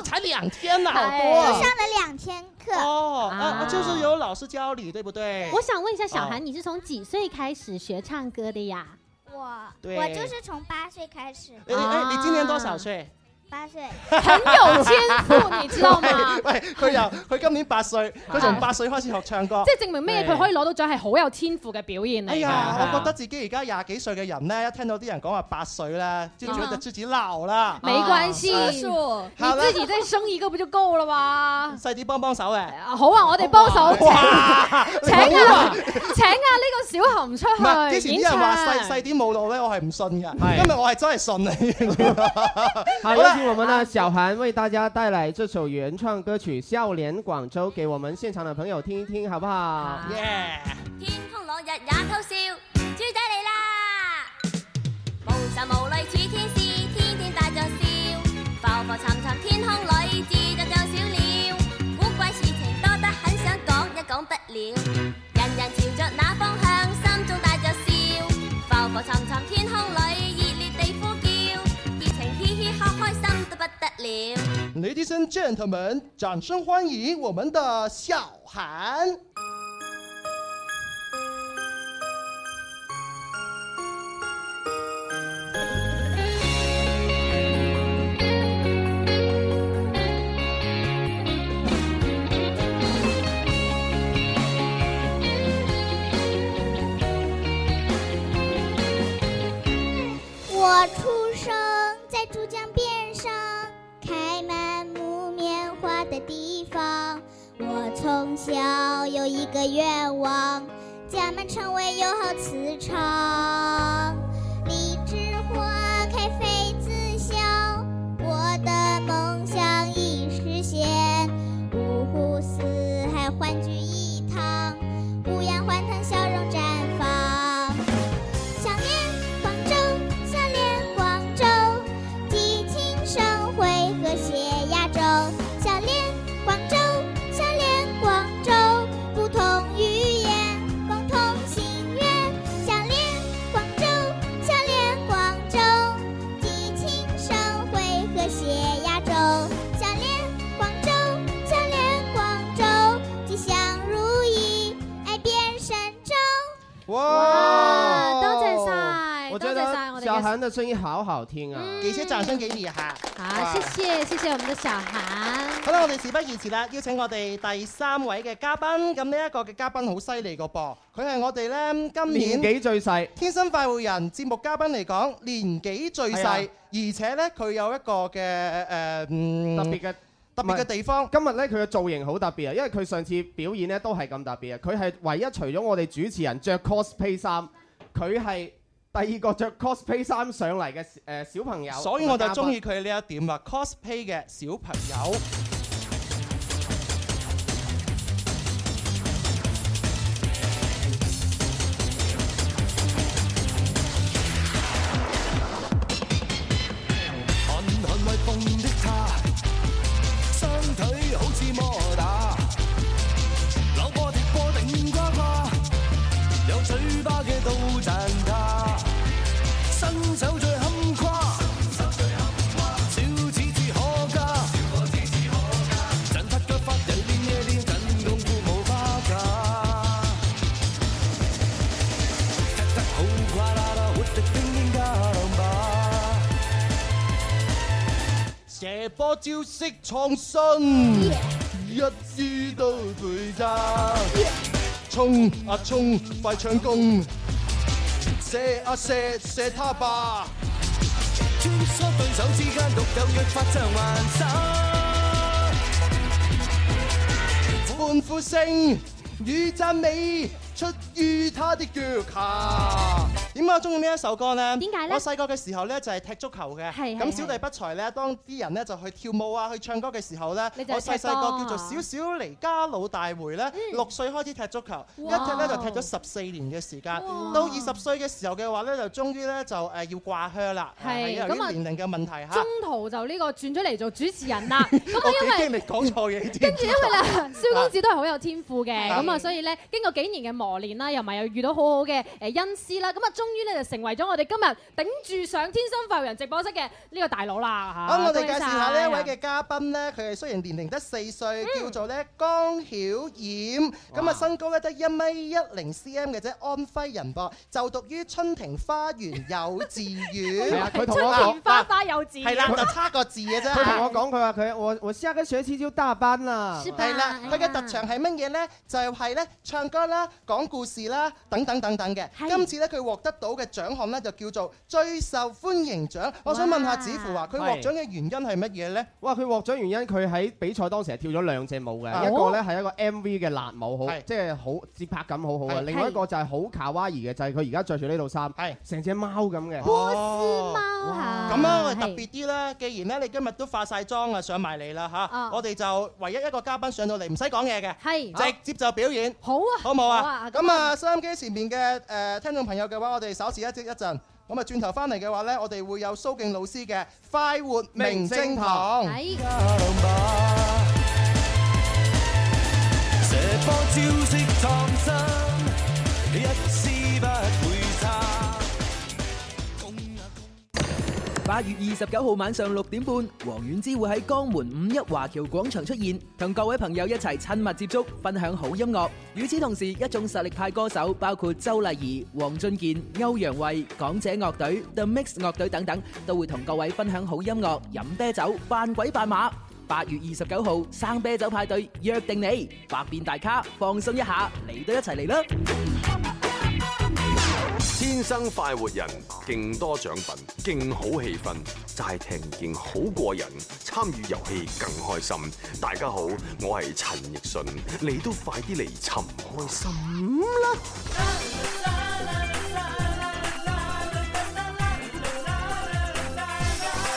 Speaker 2: 才两天呐，好多
Speaker 10: 我
Speaker 2: 啊
Speaker 10: 上！了两天课。
Speaker 2: 哦，啊，就是有老师教你，对不对？
Speaker 19: 我想问一下，小
Speaker 2: 哦
Speaker 19: 韩，你是从几岁开始学唱歌的呀？
Speaker 10: 我
Speaker 2: 对
Speaker 10: 我就是从八岁开始的。
Speaker 2: 哎哎，你今年多少岁？
Speaker 10: 八岁，
Speaker 3: 很有天賦你知道 嗎
Speaker 2: 喂，喂佢由佢今年八歲，佢從八歲開始學唱歌，
Speaker 3: 即係證明咩？佢可以。攞到獎係好有天賦嘅表現嚟㗎。
Speaker 2: 哎呀，
Speaker 3: 啊
Speaker 2: 我覺得自己而家廿幾歲嘅人咧，一聽到啲人講話八歲咧，就
Speaker 3: 啊
Speaker 2: 覺得自己老啦。
Speaker 3: 沒關係，
Speaker 2: 好
Speaker 3: 你
Speaker 2: 啦
Speaker 3: 自己再生一個不就夠了 嗎？
Speaker 2: 細啲幫幫手嘅。
Speaker 3: 好啊，我哋幫手請
Speaker 2: 哇！
Speaker 3: 請啊，請啊呢個小含出
Speaker 2: 唔係，之
Speaker 3: 去
Speaker 2: 前
Speaker 3: 演
Speaker 2: 啲人話細
Speaker 3: 唱。
Speaker 2: 細啲冇腦咧，我係唔信嘅。今日我係真係信 你。
Speaker 4: 好，有请我们的小韩为大家带来这首原创歌曲《笑脸广州》，给我们现场的朋友听一听，好不好？
Speaker 19: 天空朗日也偷笑，豬仔嚟啦！無愁無慮似天使，天天帶着笑，浮浮沉沉天空裏，自在像小鳥。古怪事情多得很，想講也講不了。人人朝着那方向，心中帶着笑，浮浮沉沉天空裏，熱烈地呼叫，熱情嘻嘻哈，開心得不得了。
Speaker 2: and gentlemen，掌声欢迎我们的小韩。
Speaker 10: 我出生在珠江边上，开满木棉花的地方。我从小有一个愿望，家门成为友好磁场。荔枝花开妃自笑，我的梦想已实现。五湖四海欢聚一堂，五羊欢腾笑容绽放。想念广州，想念广州，激情生辉和谐亚洲。想念广州，想念广州，不同语言，共同心愿。想念广州，想念广州，激情生辉和谐亚洲。想念广州，想念广州，吉祥如意，爱遍神州。
Speaker 3: 啊
Speaker 2: 哦
Speaker 4: 哇！
Speaker 10: 多謝晒
Speaker 4: 我覺
Speaker 10: 多謝晒我
Speaker 4: 得
Speaker 10: 哋嘅
Speaker 4: 小韓的聲音好好聽啊！
Speaker 10: 嗯
Speaker 2: 幾些掌聲給你哈！
Speaker 3: 好，谢谢谢谢我们的小韩。
Speaker 2: 好啦，我哋事不宜遲啦，邀請我哋第三位嘅嘉賓。咁呢一個嘅嘉賓好犀利個噃，佢係我哋呢今
Speaker 4: 年
Speaker 2: 年
Speaker 4: 紀最細，
Speaker 2: 天生快活人節目嘉賓嚟講，年紀最
Speaker 4: 係啊
Speaker 2: 細，而且呢，佢有一個嘅誒、呃嗯
Speaker 4: 特別嘅。
Speaker 2: 特別嘅地
Speaker 4: 方，今日咧佢嘅造型好特別啊，因為佢上次表演咧都係咁特別啊，佢係唯一除咗我哋主持人着 cosplay 衫，佢係第二個着 cosplay 衫上嚟嘅誒小朋友，
Speaker 2: 所以我就中意佢呢一點啦，cosplay 啊嘅小朋友。
Speaker 20: 寒寒為縫的他，雙腿好似摩打，扭波踢波頂呱呱，有嘴巴嘅都讚他，伸手最堪跨，小指至可嘉，陣發腳法人練夜練，陣功夫冇花架。踢得好跨啦啦，活力叮叮加浪吧。
Speaker 2: 射波招式創新，一支都最渣。衝啊衝，快搶攻！射啊射，射他吧！
Speaker 20: 穿梭對手之間獨有約法像幻手，
Speaker 2: 歡呼聲與讚美出於他的腳下。點解我中意呢一首歌呢？點解呢？我細個嘅時候呢，就係踢足球嘅，
Speaker 3: 係係
Speaker 2: 咁小弟不才呢，當啲人呢就去跳舞啊、去唱歌嘅時候呢，
Speaker 3: 你就係
Speaker 2: 我細細
Speaker 3: 踢
Speaker 2: 個
Speaker 3: 波嗯
Speaker 2: 叫做小小離家老大回呢，六歲開始踢足球，一
Speaker 3: 哇
Speaker 2: 踢呢就踢咗十四年嘅時間。到二十歲嘅時候嘅話呢，就終於呢就誒呃要掛靴啦，
Speaker 3: 係
Speaker 2: 因為
Speaker 3: 咁啊
Speaker 2: 啲年齡嘅問題嚇
Speaker 3: 中。途就呢個轉咗嚟做主持人 啦，咁啊因
Speaker 2: 我幾
Speaker 3: 為
Speaker 2: 哦驚。你講錯嘢添。
Speaker 3: 跟住因為咧，蕭公子都係好有天賦嘅，
Speaker 2: 啊
Speaker 3: 咁啊，所以咧經過幾年嘅磨練啦，又咪又遇到好好嘅誒恩師啦，咁啊，終於咧就成為咗我哋今日頂住上天生快活人直播室嘅呢個大佬啦嚇。
Speaker 2: 好，我哋介
Speaker 3: 多謝
Speaker 2: 紹
Speaker 3: 晒
Speaker 2: 下呢一位嘅嘉賓呢，佢係雖然年齡得四歲，叫做咧江曉冉，咁啊身高咧得一米一零 cm 嘅啫，安徽人噃，就讀於春庭花園幼稚園。
Speaker 4: 係啊佢同我講
Speaker 3: 田
Speaker 4: 春
Speaker 3: 花花幼稚園
Speaker 2: 係啦，就差個字嘅啫。
Speaker 4: 佢同我講，佢話佢我我下個學期就大班啦，
Speaker 2: 係啦，佢嘅特長係乜嘢呢？就係咧唱歌啦、講故事啦，等等等等嘅。今次咧佢獲得到嘅獎項呢，就叫做最受歡迎獎。我想問下子符華，佢獲獎嘅原因係乜嘢呢？
Speaker 4: 哇！佢獲獎原因，佢喺比賽當時係跳咗兩隻舞嘅，
Speaker 2: 啊
Speaker 4: 一個咧係一個 MV 嘅辣舞，好
Speaker 2: 係
Speaker 4: 即係好節拍感好好嘅；
Speaker 2: 係
Speaker 4: 另外一個就係好卡哇伊嘅，就係佢而家着住呢套衫，成隻貓咁嘅。
Speaker 2: 咁啊，特別啲啦。既然咧，你今日都化晒妝啊，上埋嚟啦
Speaker 3: 啊
Speaker 2: 吓，我哋就唯一一個嘉賓上到嚟，唔使講嘢嘅，
Speaker 3: 係
Speaker 2: 直接就表演。
Speaker 3: 好啊，
Speaker 2: 好唔好
Speaker 3: 好
Speaker 2: 啊
Speaker 3: 啊？
Speaker 2: 咁啊，收音機前面嘅誒聽眾朋友嘅話，我哋稍事一即一陣。咁啊，轉頭翻嚟嘅話咧，我哋會有蘇敬老師嘅快活明星堂。
Speaker 3: 係
Speaker 20: 射波招式創新，一絲不會差。
Speaker 13: Ba
Speaker 7: 八月二十九號晚上六點半，黃遠之會喺江門五一華僑廣場出現，同各位朋友一齊親密接觸，分享好音樂。與此同時，一眾實力派歌手包括周麗怡、黃俊健、歐陽慧、港姐樂隊、The Mix 樂隊等等，都會同各位分享好音樂、飲啤酒、扮鬼扮馬。八月二十九號生啤酒派對約定你，百變大咖放鬆一下，嚟都一齊嚟啦！
Speaker 21: 天生快活人，勁多獎品，勁好氣氛，齋聽見好過癮，參與遊戲更開心。大家好，我係陳奕迅，你都快啲嚟尋開心啦！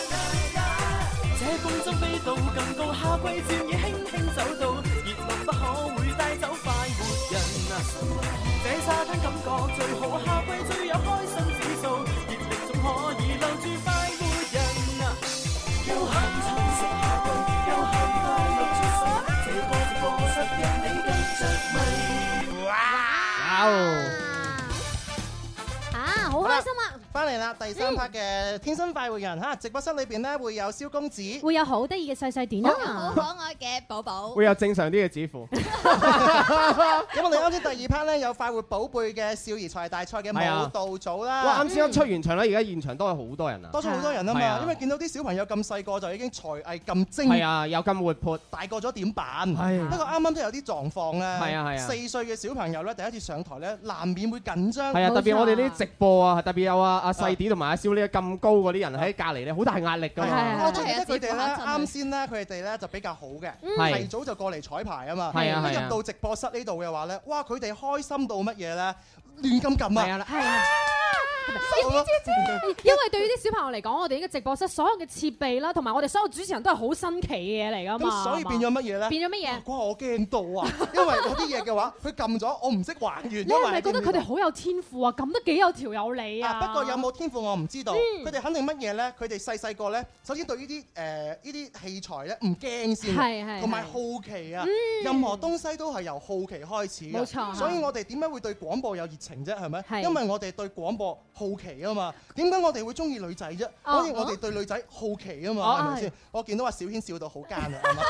Speaker 1: 這風箏飛到更高，夏季漸已輕輕走到，熱浪不可會帶走快活人啊！這沙灘感覺最好，夏季最有開心指數，熱力總可以留住快活人啊！休閒充實夏季，休閒快樂出手，這歌直播室因你更着迷。
Speaker 4: 哦
Speaker 3: 啊，好開心啊！
Speaker 2: 翻嚟啦，第三 part 嘅《天生快活人》嚇，直播室裏邊咧會有蕭公子，
Speaker 3: 會有好得意嘅細細點
Speaker 2: 哦
Speaker 18: 好
Speaker 3: 啊！
Speaker 18: 可愛嘅寶寶，
Speaker 4: 會有正常啲嘅指 符。
Speaker 2: 咁我哋啱先第二 part 咧有快活寶貝嘅少兒才藝大賽嘅
Speaker 4: 係啊
Speaker 2: 舞蹈組啦。
Speaker 4: 哇！啱先一出完場咧，而家現場多咗好多人啊，
Speaker 2: 多咗好多人啊
Speaker 4: 係
Speaker 2: 嘛，因為見到啲小朋友咁細個就已經才藝咁精，
Speaker 4: 係啊，有咁活潑，
Speaker 2: 大個咗點辦？
Speaker 4: 係啊
Speaker 2: 不過啱啱都有啲狀況咧，
Speaker 4: 係啊係啊
Speaker 2: 四歲嘅小朋友咧第一次上台咧，難免會緊張。
Speaker 4: 係啊，特別我哋呢啲直播啊，特別有啊阿細啲同埋阿蕭呢咁高嗰啲人喺隔離咧，好大壓力㗎
Speaker 2: 係啊
Speaker 4: 嘛。
Speaker 2: 我最記得佢哋
Speaker 4: 係啊
Speaker 2: 咧，啱先咧佢哋咧就比較好嘅，
Speaker 3: 嗯
Speaker 4: 係
Speaker 2: 提早就過嚟彩排啊嘛。
Speaker 4: 係啊係啊
Speaker 2: 一入到直播室呢度嘅話咧，哇！佢哋開心到乜嘢咧？亂咁撳 啊！
Speaker 3: 係啊！因為對於啲小朋友嚟講，我哋呢個直播室所有嘅設備啦，同埋我哋所有主持人都係好新奇嘅嘢嚟㗎嘛。
Speaker 2: 咁所以變咗乜嘢咧？
Speaker 3: 變咗啊乜嘢？
Speaker 2: 哇！我驚到啊，因為嗰啲嘢嘅話，佢撳咗，我唔識還原。
Speaker 3: 你係咪覺得佢哋好有天賦啊？咁都幾有條有理啊！
Speaker 2: 啊！不過有冇天賦我唔知道，
Speaker 3: 嗯
Speaker 2: 佢哋肯定乜嘢咧？佢哋細細個咧，首先對呢啲誒呢啲器材咧唔驚
Speaker 3: 係係嗯
Speaker 2: 先，啊同埋好奇啊！任何東西都係由好奇開始嘅，
Speaker 3: 冇錯
Speaker 2: 所以我哋點解會對廣播有熱情啫？係咪？
Speaker 3: 係
Speaker 2: 因為我哋對廣播好奇啊嘛。點解我哋會中意女仔啫？
Speaker 3: 哦
Speaker 2: 所以我哋對女仔好奇啊
Speaker 3: 哦
Speaker 2: 嘛，係咪
Speaker 3: 係
Speaker 2: 先？我見到阿小軒笑到好奸啊
Speaker 3: 啊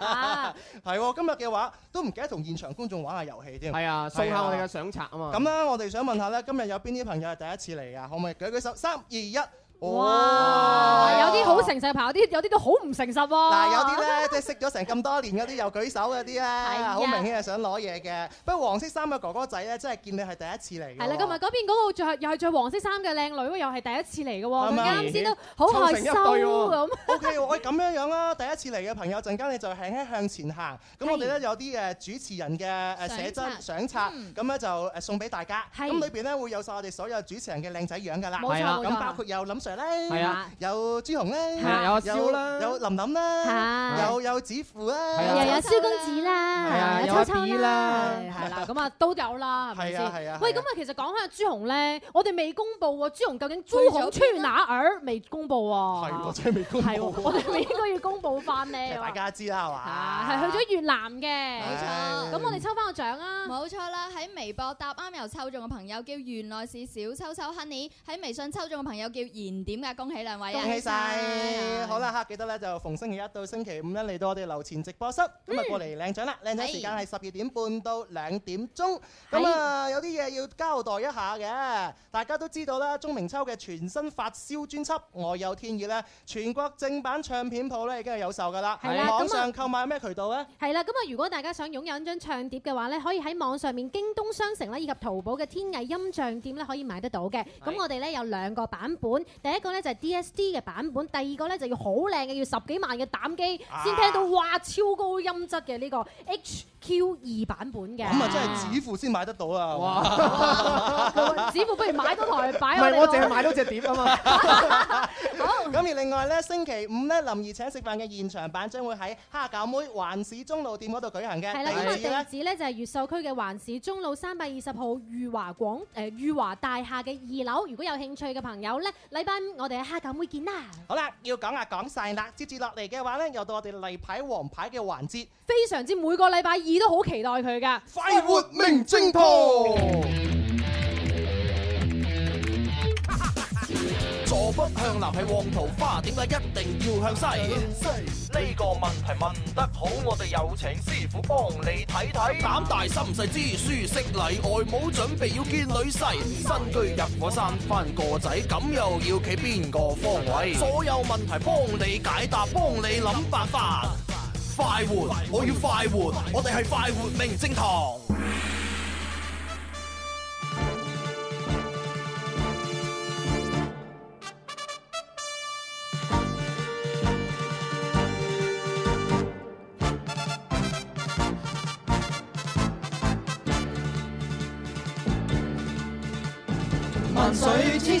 Speaker 2: 係嘛！係喎，今日嘅話都唔記得同現場觀眾玩下遊戲添。
Speaker 4: 係啊，送下我哋嘅相冊啊嘛。
Speaker 2: 咁啦，我哋想問下咧，今日有邊啲朋友係第一次嚟啊？可唔可以舉舉手？三二一，
Speaker 3: 哇！有啲好誠啊實嘅朋友，有啲有啲都好唔誠實喎。
Speaker 2: 嗱，有啲咧即係識咗成咁多年嗰啲又舉手嗰啲咧，
Speaker 3: 啊
Speaker 2: 好明顯係想攞嘢嘅。不過黃色衫嘅哥哥仔咧，真係見你係第一次嚟嘅喎。
Speaker 3: 係啦，今日嗰邊嗰個着又係着黃色衫嘅靚女喎，又係第一次嚟嘅喎，
Speaker 2: 係
Speaker 3: 佢
Speaker 2: 咪
Speaker 3: 啱先都好害羞
Speaker 2: 啊湊成一對喎
Speaker 3: 咁。
Speaker 2: OK，我咁樣樣啦，第一次嚟嘅朋友，陣間你就輕輕向前行。咁我哋咧有啲誒主持人嘅誒寫真相冊，咁咧就誒送俾大家。
Speaker 3: 嗯係
Speaker 2: 咁裏邊咧會有晒我哋所有主持人嘅靚仔樣㗎啦。
Speaker 3: 冇錯係啊冇錯
Speaker 2: 咁包括有林 Sir
Speaker 4: 係
Speaker 2: 咧
Speaker 4: 啊，
Speaker 2: 有朱紅咧，
Speaker 4: 係啊有阿蕭啦啊
Speaker 2: 有林琳啦，
Speaker 3: 係
Speaker 2: 有有子父啦，
Speaker 3: 又有蕭公子
Speaker 2: 係
Speaker 3: 啦，
Speaker 2: 啊
Speaker 3: 又
Speaker 2: 有
Speaker 3: 有
Speaker 2: 阿
Speaker 3: 秋秋
Speaker 2: B
Speaker 3: 啦
Speaker 2: 啦，
Speaker 3: 係啦，咁啊都有啦，係咪
Speaker 2: 係啊係啊係啊
Speaker 3: 先？喂，咁啊，其實講下朱紅咧，我哋未公布喎，朱紅究竟朱紅去哪兒未公布喎？
Speaker 2: 係喎真係未公布
Speaker 3: 哦係喎我哋咪應該要公布翻
Speaker 2: 其
Speaker 3: 咧
Speaker 2: 實。大家知啦係嘛？
Speaker 3: 係去咗越南嘅，
Speaker 18: 冇錯
Speaker 3: 咁我哋抽翻個獎啊！
Speaker 18: 冇錯啦！喺微博答啱又抽中嘅朋友叫原來是小秋秋 Honey，喺微信抽中嘅朋友叫燃點㗎，恭喜兩位啊！啊
Speaker 2: 恭喜晒！好啦嚇，記得咧就逢星期一到星期五咧嚟到我哋樓前直播室，
Speaker 3: 嗯
Speaker 2: 今日過嚟領獎啦！領
Speaker 3: 哎
Speaker 2: 獎時間係十二點半到兩點鐘。咁啊，有啲嘢要交代一下嘅，大家都知道啦，鐘明秋嘅全新發燒專輯《我有天意》咧，全國正版唱片鋪咧已經係有售噶啦。
Speaker 3: 係啦
Speaker 2: 網
Speaker 3: 咁啊
Speaker 2: 上購買咩渠道咧？
Speaker 3: 係啦，咁啊，如果大家想擁有一張唱碟嘅話咧，可以喺網上面京東商城啦，以及淘寶嘅天藝音像店咧可以買得到嘅。咁我哋咧有兩個版本，第一個咧就係 DSD 嘅版本，第二個咧就要好靚嘅，要十幾萬嘅膽機
Speaker 2: 啊
Speaker 3: 先聽到哇超高音質嘅呢個 HQ 二版本嘅。
Speaker 2: 咁啊，真係指付先買得到啊啦！
Speaker 3: 係指付不如買多台擺
Speaker 4: 唔係我淨係
Speaker 3: 哋
Speaker 4: 買到隻碟啊嘛。
Speaker 2: 咁而另外咧，星期五咧林怡請食飯嘅現場版將會喺蝦餃妹環市中路店嗰度舉行嘅。
Speaker 3: 係啦，咁
Speaker 2: 地址呢
Speaker 3: 啊地址咧就係越秀區嘅環市中路三百二十號裕華廣誒裕華大廈嘅二樓。如果有興趣嘅朋友咧，禮拜五我哋喺蝦餃會見啦。
Speaker 2: 好啦，要講啊講晒啦，接住落嚟嘅話呢，又到我哋例牌王牌嘅環節，
Speaker 3: 非常之每個禮拜二都好期待佢噶。
Speaker 2: 快活明星堂。
Speaker 20: 左
Speaker 22: 河北向南係旺桃花，點解一定要向西？呢個問題問得好，我哋有請師傅幫你睇睇。膽大心細知書識禮，外母準備要見女婿，新居入伙生翻個仔，咁又要企邊個方位？所有問題幫你解答，幫你諗辦法。快活，我要快活，我哋係快活明正堂。
Speaker 1: 萬水千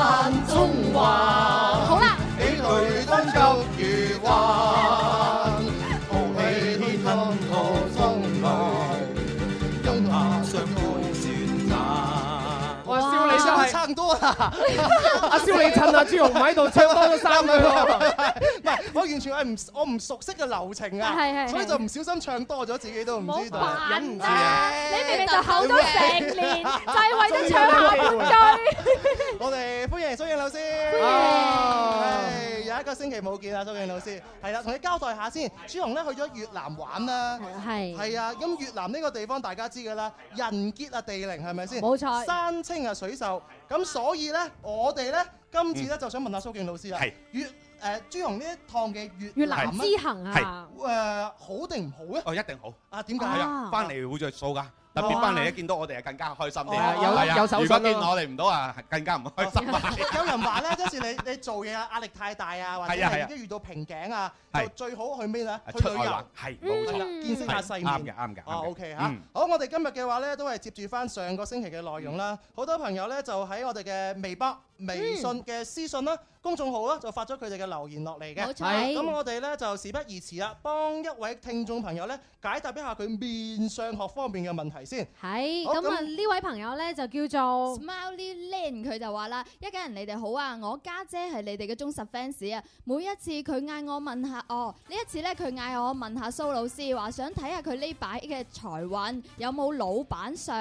Speaker 1: 中華，
Speaker 2: 好啦
Speaker 1: 幾雷登鳩如雲，豪氣天吞吐風來，陰下上背雪難。
Speaker 2: 我燒你真係差唔多啦！
Speaker 4: 阿蕭你趁阿朱紅唔喺度唱多咗三句喎
Speaker 2: 唔係，我完全係唔我唔熟悉嘅流程
Speaker 4: 係係
Speaker 2: 啊，
Speaker 4: 係
Speaker 2: 所以就唔小心唱多咗，自己都唔知
Speaker 1: 冇
Speaker 2: 道
Speaker 1: 扮，
Speaker 2: 忍唔住啊
Speaker 1: 啦你明明就口都成年就係為咗
Speaker 2: 唱
Speaker 1: 唱
Speaker 2: 下
Speaker 1: 下
Speaker 2: 半
Speaker 1: 半
Speaker 2: 句。我哋歡迎蘇敬老師，歡
Speaker 1: 迎
Speaker 2: 有一個星期冇見啊，蘇敬老師，係啦，同你交代下先，朱紅咧去咗越南玩啦，
Speaker 3: 係
Speaker 2: 係啊，咁越南呢個地方大家知㗎啦，人傑啊地靈係咪先？
Speaker 3: 冇錯
Speaker 2: 山清啊水秀，咁所以咧，我哋咧今次咧就想問下蘇敬老師啦，啊
Speaker 3: 係
Speaker 2: 越誒朱紅呢一趟嘅越
Speaker 3: 越南
Speaker 2: 呢
Speaker 3: 之行啊
Speaker 2: 誒好定唔好咧？
Speaker 9: 哦，一定好。
Speaker 2: 啊，點解
Speaker 9: 係
Speaker 2: 啊
Speaker 9: 啊？，翻嚟會着數㗎。特別翻嚟咧，見到我哋係更加開心啲。
Speaker 2: 係啊有
Speaker 9: 係啊
Speaker 2: 有手信
Speaker 9: 如果
Speaker 2: 咯
Speaker 9: 見我哋唔到啊，更加唔開心啊。
Speaker 2: 有人話咧，即是你 你做嘢啊壓力太大啊，或者
Speaker 9: 係啊係
Speaker 2: 係
Speaker 9: 啊
Speaker 2: 已經遇到瓶頸啊，
Speaker 9: 係啊
Speaker 2: 就最好去咩咧？去
Speaker 9: 出
Speaker 2: 旅
Speaker 9: 外
Speaker 2: 遊
Speaker 9: 玩。係冇錯
Speaker 2: 嗯見識下世面。
Speaker 9: 啱嘅啱嘅啱嘅
Speaker 2: 哦，OK 嚇
Speaker 9: 嗯。
Speaker 2: 好，我哋今日嘅話咧，都係接住翻上個星期嘅內容啦。
Speaker 9: 嗯
Speaker 2: 好多朋友咧就喺我哋嘅微博、微信嘅私信啦、公眾號啦，就發咗佢哋嘅留言落嚟嘅。
Speaker 3: 冇錯係
Speaker 2: 咁我哋咧就事不宜遲啦，幫一位聽眾朋友咧解答一下佢面相學方面嘅問題先。
Speaker 3: 係
Speaker 2: 好
Speaker 3: 咁啊！呢位朋友咧就叫做
Speaker 18: Smiley Lin 佢就話啦：一家人你哋好啊，我家姐係你哋嘅忠實 fans 啊！每一次佢嗌我問下，哦呢一次咧佢嗌我問下蘇老師，話想睇下佢呢擺嘅財運有冇老闆相。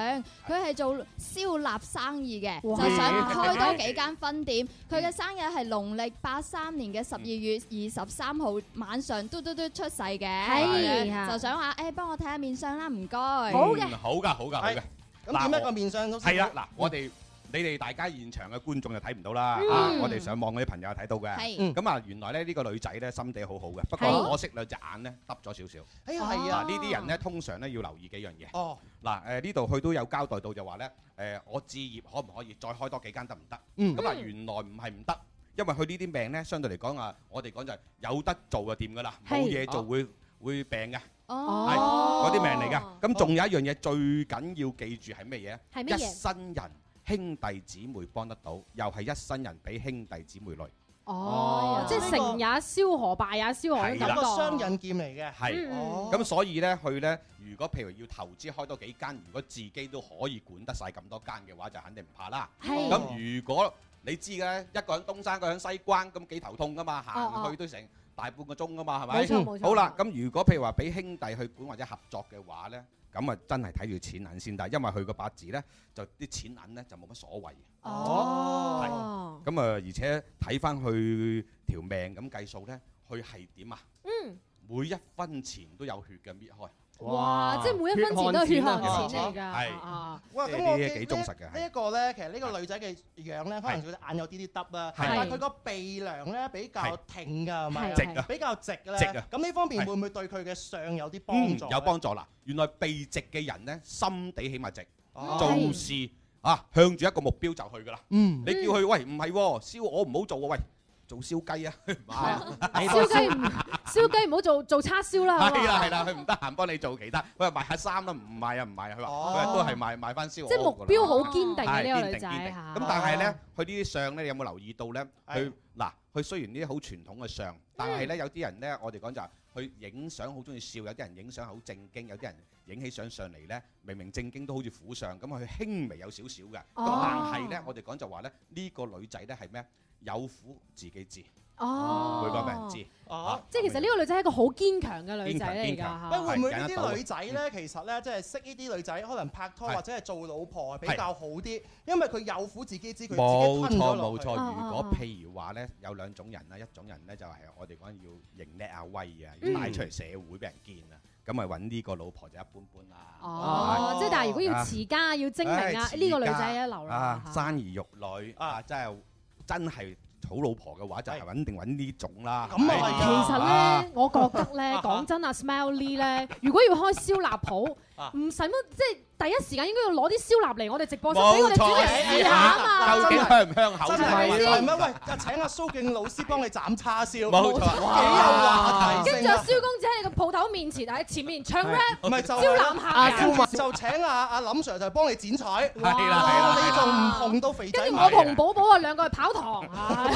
Speaker 18: 佢係做燒臘生意嘅，就
Speaker 3: 哇
Speaker 18: 想開多幾間分店。佢嘅生日係農曆八三年嘅十二月二十三號晚上，嘟嘟嘟出世嘅，
Speaker 3: 係啊
Speaker 18: 就想話誒幫我睇下面相啦，唔該。
Speaker 9: 嗯好㗎，好㗎，好㗎。
Speaker 2: 咁點解個面相都
Speaker 9: 係啦，嗱，我哋你哋大家現場嘅觀眾就睇唔到啦，
Speaker 2: 嗯
Speaker 9: 啊，我哋上網嗰啲朋友睇到
Speaker 2: 係
Speaker 9: 嘅。
Speaker 2: 嗯
Speaker 9: 咁啊，原來咧呢個女仔咧心地好好嘅，不
Speaker 2: 係
Speaker 9: 過可惜兩隻眼咧耷咗少少。
Speaker 2: 哎呀係啊
Speaker 9: 嗱呢啲人咧通常咧要留意幾樣嘢。
Speaker 2: 哦。
Speaker 9: 嗱誒呢度佢都有交代到就話咧誒我置業可唔可以再開多幾間得唔得？
Speaker 2: 嗯
Speaker 9: 咁啊原來唔係唔得，因為佢呢啲病咧相對嚟講啊，我哋講就係有得做就掂噶啦，冇
Speaker 18: 係
Speaker 9: 嘢做
Speaker 18: 哦
Speaker 9: 會會病嘅。係
Speaker 18: 哦
Speaker 9: 嗰啲命嚟㗎。咁仲有一樣嘢最緊要記住係咩嘢咧？
Speaker 18: 係乜嘢
Speaker 9: 一生人兄弟姊妹幫得到，又係一生人俾兄弟姊妹累。
Speaker 3: 哦，即係成也蕭何，敗也蕭何咁
Speaker 9: 係啦
Speaker 3: 感覺。嗯
Speaker 9: 雙
Speaker 2: 刃劍嚟嘅哦
Speaker 9: 係，哦咁所以呢，佢呢，如果譬如要投資開多幾間，如果自己都可以管得晒咁多間嘅話，就肯定唔怕啦。
Speaker 1: 係
Speaker 9: 咁如果你知嘅呢，一個人東山，一個人西關，咁幾頭痛噶嘛，
Speaker 1: 哦
Speaker 9: 行
Speaker 1: 哦
Speaker 9: 去都成大半個鐘噶嘛，係
Speaker 1: 冇
Speaker 9: 咪？
Speaker 1: 錯冇錯
Speaker 9: 好啦，咁如果譬如話俾兄弟去管或者合作嘅話呢，咁啊真係睇住錢銀先得，因為佢個八字呢，就啲錢銀呢，就冇乜所謂。
Speaker 1: 哦，
Speaker 9: 咁啊，而且睇翻佢條命咁計數呢，佢係點啊？
Speaker 3: 嗯，
Speaker 9: 每一分錢都有血嘅搣開。
Speaker 3: 哇！即係每一分錢都係血汗錢嚟㗎。
Speaker 9: 係
Speaker 3: 啊
Speaker 2: 哇！咁
Speaker 9: 呢
Speaker 2: 我
Speaker 9: 啲
Speaker 2: 記
Speaker 9: 幾忠實嘅
Speaker 2: 呢一個咧，其實呢個女仔嘅樣咧，可能佢眼有啲啲耷啦，
Speaker 9: 係
Speaker 2: 但係佢個鼻梁咧比較挺㗎，係咪？
Speaker 9: 係直啊
Speaker 2: 比較直咧。
Speaker 9: 直啊
Speaker 2: 咁呢方面會唔會對佢嘅相有啲幫助？
Speaker 9: 嗯有。幫助啦。原來避直嘅人呢，心地起碼直，
Speaker 2: 哦
Speaker 9: 做事啊向住一個目標就去噶啦。
Speaker 2: 嗯
Speaker 9: 你叫佢喂唔係喎，燒鵝唔好做喎，喂做燒雞啊，
Speaker 3: 啊燒雞唔燒雞唔好做做叉燒啦，好嘛
Speaker 9: 係啦係啦，佢唔得閒幫你做其他，佢話賣下衫啦，唔賣啊唔賣啊，佢
Speaker 2: 哦
Speaker 9: 話佢話都係賣賣翻燒鵝。
Speaker 3: 哦即係目標好堅定
Speaker 9: 係
Speaker 3: 嘅呢個女仔
Speaker 9: 堅定堅定
Speaker 3: 嚇。
Speaker 2: 哦
Speaker 9: 咁但係咧，佢呢啲相咧，你有冇留意到咧？佢嗱，佢雖然呢啲好傳統嘅相，但
Speaker 14: 嗯
Speaker 9: 係咧有啲人咧，我哋講就係佢影相好中意笑，有啲人影相好正經，有啲人影起相上嚟咧，明明正經都好似苦相，咁佢輕微有少少嘅。咁
Speaker 1: 哦
Speaker 9: 但係咧，我哋講就話咧，呢個女仔咧係咩？有苦自己知。
Speaker 14: 哦。
Speaker 9: 每個俾人知。啊
Speaker 14: 即係其實呢個女仔係一個好堅強嘅女仔嚟㗎
Speaker 9: 堅強
Speaker 14: 嚇
Speaker 9: 堅強。
Speaker 2: 哦喂，會唔會呢啲女仔咧，其實咧，即係識呢啲女仔，可能拍拖
Speaker 9: 啊係
Speaker 2: 或者係做老婆係比較好啲，因為佢有苦自己知，佢自己
Speaker 9: 冇錯
Speaker 2: 吞咗落
Speaker 9: 冇
Speaker 2: 去
Speaker 3: 哦
Speaker 9: 錯，如果譬如話咧，有兩種人啦，一種人咧就係我哋講要認叻啊威啊，
Speaker 14: 嗯
Speaker 9: 要帶出嚟社會俾人見啊，咁咪揾呢個老婆就一般般啦。
Speaker 14: 哦，即係但係如果要
Speaker 9: 啊
Speaker 14: 持家要精明
Speaker 9: 唉
Speaker 14: 啊，
Speaker 9: 持
Speaker 14: 呢個女
Speaker 9: 家
Speaker 14: 仔一流啦
Speaker 9: 啊，
Speaker 14: 嚇。
Speaker 9: 生兒育女啊，真係真係好老婆嘅話，就係肯定揾呢種啦。
Speaker 2: 咁啊
Speaker 14: 其實
Speaker 9: 啊
Speaker 14: 咧，我覺得咧，講真啊，Smile Lee 咧，如果要開燒臘鋪，
Speaker 9: 啊
Speaker 14: 唔使乜，即係第一時間應該要攞啲燒臘嚟我哋直播室俾我
Speaker 9: 冇
Speaker 14: 哋主
Speaker 9: 錯，
Speaker 14: 持人試下啊嘛。
Speaker 2: 嗱
Speaker 9: 究竟香唔香口
Speaker 2: 真
Speaker 9: 先
Speaker 2: 係
Speaker 9: 啦
Speaker 2: 係咩？喂，啊請阿蘇敬老師幫你斬叉燒，
Speaker 9: 冇錯
Speaker 2: 幾有
Speaker 14: 跟住阿蕭！公
Speaker 2: 話題性啊
Speaker 14: 子喺你個鋪頭面前喺前面唱 rap，
Speaker 2: 唔係就
Speaker 14: 招攬客
Speaker 2: 阿
Speaker 14: 人。
Speaker 2: 就請阿阿林 Sir 就幫你剪彩，係
Speaker 9: 啦啊係啦係
Speaker 2: 你
Speaker 9: 啦
Speaker 2: 仲唔紅到肥仔
Speaker 14: 跟住
Speaker 2: 埋
Speaker 14: 我同寶寶啊兩個去跑堂，唉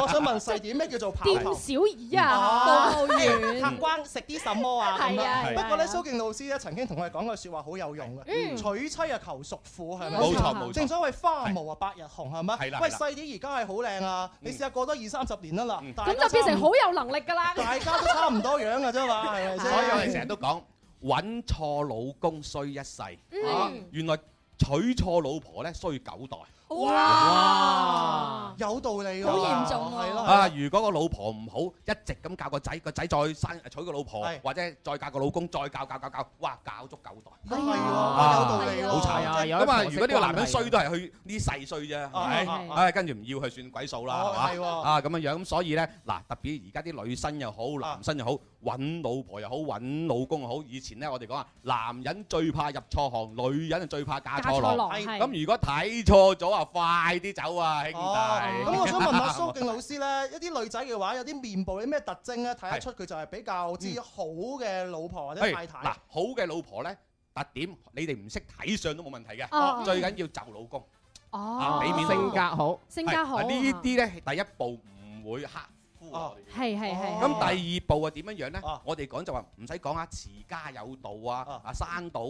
Speaker 2: 我想問細點咩叫做跑
Speaker 14: 店
Speaker 2: 頭？
Speaker 14: 小二啊，服務 員。
Speaker 2: 客官食啲什麼啊？咁
Speaker 14: 係啊
Speaker 2: 樣
Speaker 14: 係啊
Speaker 2: 不過咧，蘇敬老師咧曾經同我哋講句説話好有用嘅，
Speaker 14: 嗯
Speaker 2: 娶妻啊求淑婦係咪？
Speaker 9: 冇錯冇錯
Speaker 2: 正所謂花無啊百日紅係咪？
Speaker 9: 係啦
Speaker 2: 喂，
Speaker 9: 係啦嗯
Speaker 2: 細啲而家係好靚啊！你試下過多二三十年啦嗱，
Speaker 14: 咁就變成好有能力㗎啦。
Speaker 2: 大家都差唔多樣嘅啫嘛，係咪先？
Speaker 9: 所以我哋成日都講揾錯老公衰一世，
Speaker 14: 嗯
Speaker 9: 啊原來娶錯老婆咧衰九代。
Speaker 2: 哇，有道理㗎，
Speaker 18: 好嚴重喎
Speaker 2: 係咯
Speaker 9: 啊！如果個老婆唔好，一直咁教個仔，個仔再生娶個老婆
Speaker 2: 係，
Speaker 9: 或者再嫁個老公，再教教教教，哇！教足九代。
Speaker 2: 係喎，有道理喎，
Speaker 9: 好慘
Speaker 2: 真係
Speaker 9: 咁啊！如果呢個男人衰都係去呢世衰啫，係
Speaker 2: 啊啊
Speaker 9: 咪？
Speaker 2: 啊
Speaker 9: 唉，跟住唔要佢算鬼數啦，
Speaker 2: 哦
Speaker 9: 係
Speaker 2: 係喎
Speaker 9: 嘛？啊咁樣樣，咁所以咧，嗱，特別而家啲女生又好，男生又好，揾老婆又好，揾老公又好。以前咧，我哋講啊，男人最怕入錯行，女人就最怕嫁錯
Speaker 14: 嫁錯郎
Speaker 9: 郎。
Speaker 14: 係
Speaker 9: 咁如果睇錯咗啊，快啲走啊，兄弟！
Speaker 2: 咁我想問下蘇敬老師咧，一啲女仔嘅話，有啲面部有啲咩特徵咧，睇得出佢就係比較之好嘅老婆或者
Speaker 9: 係
Speaker 2: 太太。
Speaker 9: 嗱，好嘅老婆咧，特點你哋唔識睇相都冇問題
Speaker 14: 哦
Speaker 9: 嘅，最緊要就老公。
Speaker 14: 哦
Speaker 9: 啊，俾面
Speaker 4: 性格好
Speaker 14: 性格好啊
Speaker 9: 係呢啲咧第一步唔會刻夫我哋。
Speaker 14: 係係係。
Speaker 2: 哦
Speaker 9: 咁第二步啊點樣樣咧？我哋講就話唔使講啊，持家有道啊，啊生到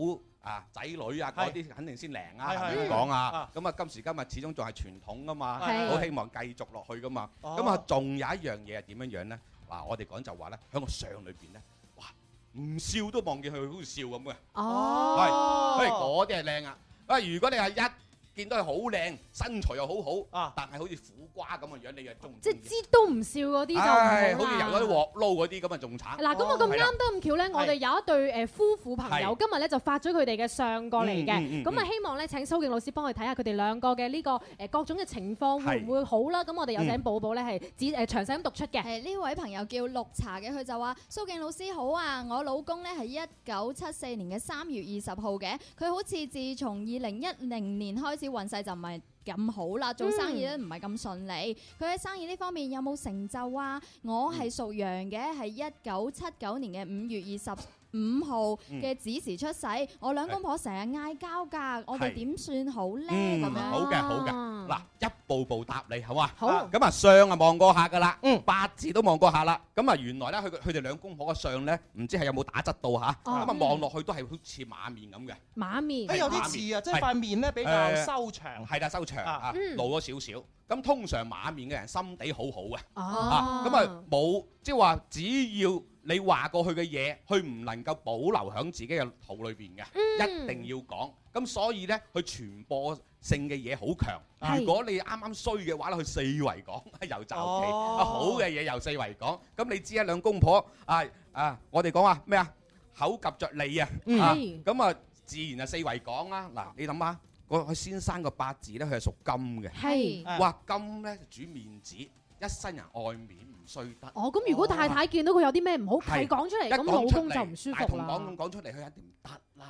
Speaker 9: 啊仔女啊
Speaker 2: 係
Speaker 9: 嗰啲肯定先靈啊，
Speaker 2: 係係
Speaker 9: 係咪
Speaker 2: 係
Speaker 9: 咁講啊？咁啊今時今日始終仲係傳統噶嘛，
Speaker 2: 係
Speaker 9: 好希望繼續落去噶嘛。
Speaker 2: 哦
Speaker 9: 咁啊仲有一樣嘢係點樣樣咧？嗱，我哋講就話咧，喺個相裏邊咧，哇唔笑都望見佢好似笑咁嘅。
Speaker 14: 哦
Speaker 9: 係，嗰啲係靚啊！啊，如果你係一見到佢好靚，身材又好好，但係好似苦瓜咁嘅樣，你又中唔
Speaker 14: 即
Speaker 9: 中
Speaker 14: 係
Speaker 9: 意？
Speaker 14: 知都唔笑嗰啲就唔
Speaker 9: 唉好
Speaker 14: 好
Speaker 9: 似
Speaker 14: 啦
Speaker 9: 油嗰啲鑊撈嗰啲咁啊，仲慘。
Speaker 14: 嗱，咁我咁
Speaker 9: 係啦
Speaker 14: 啱得咁巧咧，我哋有一對誒呃夫婦朋友
Speaker 9: 係
Speaker 14: 今日咧就發咗佢哋嘅相過嚟
Speaker 9: 嗯嗯
Speaker 14: 嘅，
Speaker 9: 嗯
Speaker 14: 咁啊
Speaker 9: 嗯
Speaker 14: 希望咧請蘇敬老師幫我哋睇下佢哋兩個嘅呢個誒各種嘅情況會唔會好啦？咁我哋有請
Speaker 18: 嗯
Speaker 14: 寶寶咧係指誒詳細咁讀出嘅。
Speaker 18: 係呢位朋友叫綠茶嘅，佢就話：蘇敬老師好啊，我老公呢係一九七四年嘅三月二十號嘅，佢好似自從二零一零年開始運勢就唔係咁好啦，做生意
Speaker 9: 嗯
Speaker 18: 咧唔係咁順利。佢喺生意呢方面有冇成就啊？
Speaker 9: 嗯
Speaker 18: 我係屬羊嘅，係一九七九年嘅五月二十。五號
Speaker 9: 嗯
Speaker 18: 嘅子時出世，我兩公婆成日嗌交㗎，我哋
Speaker 9: 係
Speaker 18: 點算好呢？咁
Speaker 9: 嗯，
Speaker 18: 樣
Speaker 9: 好嘅好
Speaker 14: 啊
Speaker 9: 嘅，嗱一步步答你好嘛？
Speaker 18: 好
Speaker 9: 啊咁啊相啊望過下噶啦，八字都望過下啦。咁啊原來咧佢佢哋兩公婆嘅相咧，唔知係有冇打質到嚇？
Speaker 14: 哦
Speaker 9: 咁啊
Speaker 14: 嗯
Speaker 9: 望落去都係好似馬面咁嘅。
Speaker 14: 馬面，
Speaker 2: 誒有啲似啊，即係塊面咧比較修長。
Speaker 9: 係啦，收場啊
Speaker 14: 嗯，
Speaker 9: 露咗少少。咁通常馬面嘅人心地好好嘅，
Speaker 14: 哦
Speaker 9: 啊，咁啊冇，即係話只要你話過佢嘅嘢，佢唔能夠保留喺自己嘅肚裏邊嘅，一
Speaker 14: 嗯
Speaker 9: 定要講。咁所以呢，佢傳播性嘅嘢好強。
Speaker 14: 係
Speaker 9: 啊如果你啱啱衰嘅話咧，佢四圍講，又就屋企
Speaker 2: 哦
Speaker 9: 啊好嘅嘢又四圍講。咁你知啊，兩公婆啊啊，我哋講話咩啊？口及着利啊，
Speaker 2: 嗯
Speaker 9: 啊
Speaker 2: 係
Speaker 9: 咁啊，自然啊四圍講啦。嗱，你諗下，個佢先生個八字咧，佢係屬金嘅，
Speaker 14: 係
Speaker 9: 哇金咧主面子，一生人愛面唔衰得。
Speaker 14: 哦，咁如果太太見到佢有啲咩唔好，
Speaker 9: 係
Speaker 14: 係講出嚟，
Speaker 9: 一
Speaker 14: 咁
Speaker 9: 講
Speaker 14: 老
Speaker 9: 出
Speaker 14: 公
Speaker 9: 嚟
Speaker 14: 就唔舒
Speaker 9: 大
Speaker 14: 服
Speaker 9: 同
Speaker 14: 啦。
Speaker 9: 講咁講出嚟，佢一定唔得啦。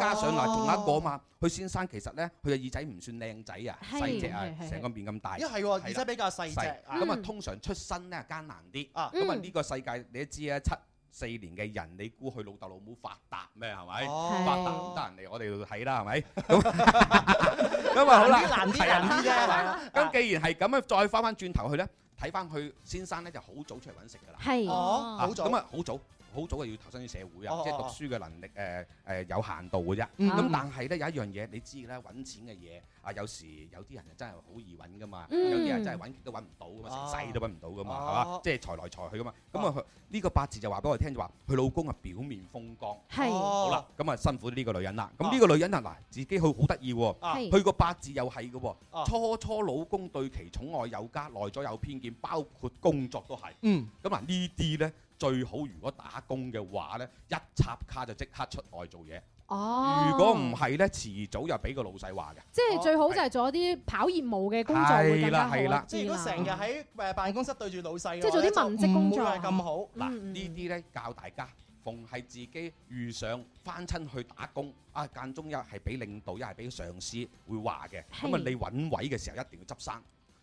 Speaker 9: 加上嗱，仲有一個啊嘛，佢先生其實咧，佢嘅耳仔唔算靚仔啊，
Speaker 2: 係
Speaker 9: 細只啊
Speaker 2: 係係，係
Speaker 9: 成個面咁大。
Speaker 2: 一係喎
Speaker 9: 啦
Speaker 2: 耳仔比較細隻啊
Speaker 9: 咁啊
Speaker 2: 嗯
Speaker 9: 通常出身咧艱難啲。
Speaker 2: 啊
Speaker 9: 咁啊
Speaker 2: 嗯
Speaker 9: 呢個世界你都知啊，七四年嘅人，你估佢老豆老母發達咩？係咪？
Speaker 2: 哦
Speaker 9: 發達唔得人嚟我哋度睇啦，係 咪？咁咁啊好啦，
Speaker 2: 難啲
Speaker 9: 係啦
Speaker 2: 難啲啫係啦
Speaker 9: 咁既然係咁啊，再翻翻轉頭去咧，睇翻佢先生咧就好早出嚟揾食㗎啦。
Speaker 14: 係
Speaker 9: 啊
Speaker 2: 哦好早
Speaker 9: 咁啊好早。好好早就要投身於社會
Speaker 2: 哦
Speaker 9: 啊，即係
Speaker 2: 哦
Speaker 9: 讀
Speaker 2: 哦
Speaker 9: 書嘅能力誒誒有限度嘅啫。
Speaker 2: 嗯
Speaker 9: 咁但係咧有一樣嘢你知嘅啦，揾錢嘅嘢啊，有時有啲人真係好易揾噶嘛，有
Speaker 2: 嗯
Speaker 9: 啲人真係揾都揾唔到噶嘛，成世都揾唔到噶嘛，係嘛
Speaker 2: 哦？
Speaker 9: 即係財來財去噶嘛。咁啊，佢呢個八字就話俾我哋聽就話，佢老公啊表面風光，
Speaker 2: 係
Speaker 9: 好啦，咁啊辛苦呢個女人啦。咁呢個女人啊嗱，自己好好得意喎，
Speaker 2: 啊
Speaker 9: 佢個八字又係嘅喎，初初老公對其寵愛有加，耐咗有偏見，包括工作都係。
Speaker 4: 嗯，
Speaker 9: 咁嗱呢啲咧最好，如果打工嘅話咧，一插卡就即刻出外做嘢。
Speaker 14: 哦
Speaker 9: 如果唔係咧，遲早又俾個老細話嘅。
Speaker 14: 即係最好就係做一啲跑業務嘅工作會更加好一
Speaker 9: 係啦係啦
Speaker 14: 啲
Speaker 2: 即係如果成日喺誒辦公室對住老細嘅話咧，
Speaker 14: 啊即係做啲文職工作啊
Speaker 2: 就唔會係咁好。
Speaker 9: 嗱，呢啲咧教大家，逢係自己遇上翻親去打工，啊間中一係俾領導，一係俾上司會話嘅。咁啊
Speaker 2: 係，
Speaker 9: 你揾位嘅時候一定要執生，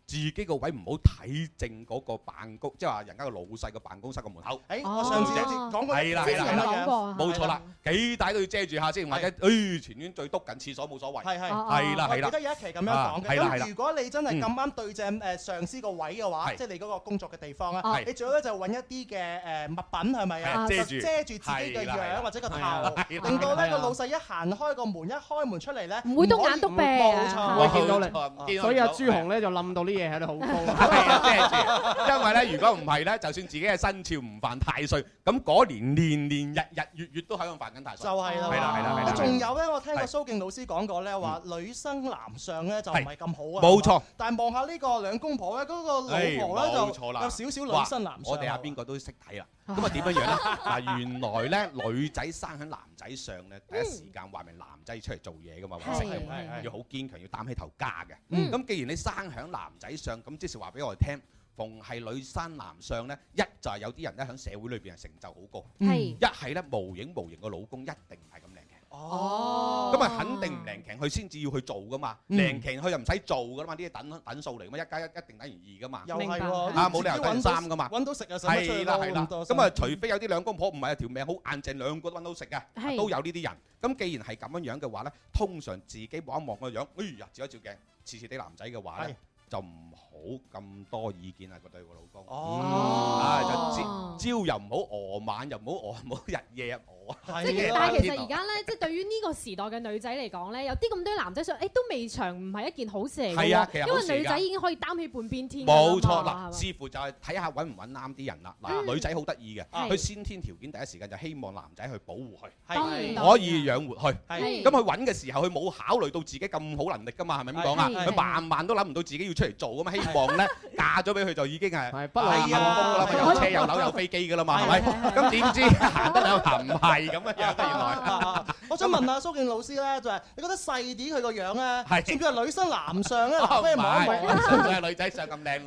Speaker 9: 自己個位唔好睇正嗰個辦公，即係話人家個老細個辦公室個門口。
Speaker 2: 誒，我上次
Speaker 14: 哦
Speaker 2: 有次講過，
Speaker 9: 係啦
Speaker 2: 之
Speaker 9: 係
Speaker 2: 前
Speaker 9: 啦
Speaker 2: 有
Speaker 9: 係
Speaker 2: 講過
Speaker 9: 啦，冇錯啦，幾大都要遮住下先，或者誒前院最篤緊廁所冇所謂，
Speaker 2: 係係
Speaker 9: 係啦係啦，
Speaker 2: 我記得有一期咁樣講
Speaker 9: 啊係啦係
Speaker 2: 嘅。
Speaker 9: 啦
Speaker 2: 咁如果你真係
Speaker 9: 嗯
Speaker 2: 咁啱對正誒上司個位嘅話，
Speaker 9: 係
Speaker 2: 即係你嗰個工作嘅地方
Speaker 9: 哦
Speaker 2: 咧，你最好咧就揾一啲嘅誒物品係咪啊？
Speaker 9: 係遮
Speaker 2: 就
Speaker 9: 住
Speaker 2: 遮住自己嘅
Speaker 9: 係啦係
Speaker 2: 樣
Speaker 9: 啦
Speaker 2: 或者個頭
Speaker 9: 係啦係，啦
Speaker 2: 令到呢
Speaker 9: 係啦
Speaker 2: 個老細一行開個門，一開門出嚟咧，
Speaker 14: 唔會篤眼篤鼻啊
Speaker 4: 我
Speaker 2: 冇錯，
Speaker 4: 見到
Speaker 9: 冇
Speaker 4: 你，
Speaker 9: 錯
Speaker 4: 所以
Speaker 9: 見
Speaker 4: 阿
Speaker 9: 到
Speaker 4: 朱紅咧就冧到啲嘢喺度好高
Speaker 9: 係
Speaker 4: 啊。
Speaker 9: 啊，遮住，因為咧如果唔係咧，就算自己嘅生肖唔犯太歲，咁嗰年年年日日月月都喺度犯緊太歲，
Speaker 2: 就係啦，
Speaker 9: 係啦係啦係啦，
Speaker 2: 仲有咧，我聽過
Speaker 9: 係
Speaker 2: 蘇敬老師講過咧，話女生男上咧就唔係咁好啊。
Speaker 9: 冇錯
Speaker 2: 但係望下呢個兩公婆咧，嗰個老婆
Speaker 9: 唉
Speaker 2: 咧就
Speaker 9: 冇
Speaker 2: 有
Speaker 9: 錯啦
Speaker 2: 少少女生男
Speaker 9: 哇
Speaker 2: 上。
Speaker 9: 我哋下邊個都識睇啦。咁啊點樣樣 咧？嗱，原來咧女仔生喺男仔上咧，第一時間話明男仔出嚟做嘢噶嘛，或者
Speaker 2: 係
Speaker 9: 係
Speaker 2: 係係
Speaker 9: 要好堅強，要擔起頭家嘅。
Speaker 2: 嗯
Speaker 9: 咁既然你生喺男仔上，咁即是話俾我哋聽。逢係女生男上咧，一就係有啲人咧喺社會裏邊係成就好高，
Speaker 2: 係
Speaker 9: 一係咧無影無形個老公一定唔係咁靚嘅。
Speaker 2: 哦
Speaker 9: 咁啊，肯定唔靈強，佢先至要去做噶嘛。
Speaker 2: 嗯
Speaker 9: 靈強佢又唔使做噶啦嘛，呢啲等等數嚟噶嘛，一加一一定等於二噶嘛。
Speaker 2: 又係喎，
Speaker 9: 啊冇理由等於三噶嘛。
Speaker 2: 揾到食啊，使乜出去
Speaker 9: 係啦係
Speaker 2: 撈
Speaker 9: 啦
Speaker 2: 咁，多心
Speaker 9: 咁啊除非有啲兩公婆唔係條命好硬淨，兩個都揾到食
Speaker 2: 係
Speaker 9: 嘅，都有呢啲人。咁既然係咁樣樣嘅話咧，通常自己望一望個樣，哎呀照一照鏡，似似啲男仔嘅話咧，就唔好咁多意見啊個對個老公。
Speaker 2: 哦
Speaker 9: 啊就朝朝又唔好餓，晚又唔好餓，唔好日夜餓。
Speaker 14: 即係但係其實而家咧，即係對於呢個時代嘅女仔嚟講咧，有啲咁多男仔想，誒都未嘗唔係一件好事嚟嘅
Speaker 9: 係啊其
Speaker 14: 喎，
Speaker 9: 實
Speaker 14: 因
Speaker 9: 好事
Speaker 14: 為女仔
Speaker 9: 㗎
Speaker 14: 已經可以擔起半邊天㗎啦嘛。
Speaker 9: 冇錯啦，
Speaker 14: 係咪
Speaker 9: 視乎就係睇下揾唔揾啱啲人啦。
Speaker 14: 嗯
Speaker 9: 嗱，女仔好得意嘅，
Speaker 14: 係
Speaker 9: 啊佢先天條件第一時間就希望男仔去保護佢，
Speaker 2: 係當然
Speaker 9: 可以養活佢。
Speaker 2: 係
Speaker 9: 咁啊佢揾嘅時候，佢冇考慮到自己咁好能力噶嘛，係咪咁講啊？
Speaker 2: 係
Speaker 9: 佢慢慢都諗唔到自己要出嚟做噶嘛，希望咧嫁咗俾佢就已經係不
Speaker 2: 勞而獲
Speaker 9: 噶啦嘛，有車有樓有飛機噶啦嘛，係咪？咁點知行得兩行唔係咁樣樣，原
Speaker 1: 啊
Speaker 9: 來。
Speaker 2: 我想問下蘇敬老師咧，就係你覺得細啲佢個樣咧，
Speaker 9: 係哦
Speaker 2: 似唔似係女生男 上咧？
Speaker 9: 唔
Speaker 2: 不如望一望
Speaker 9: 係，純粹係女仔上咁靚女。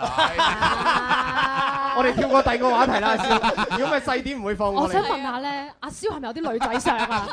Speaker 4: 我哋跳過第二個話題 啦，阿蕭。如果咪細啲唔會放
Speaker 14: 我
Speaker 4: 過你
Speaker 14: 想。問下咧，阿蕭係咪有啲女仔相啊？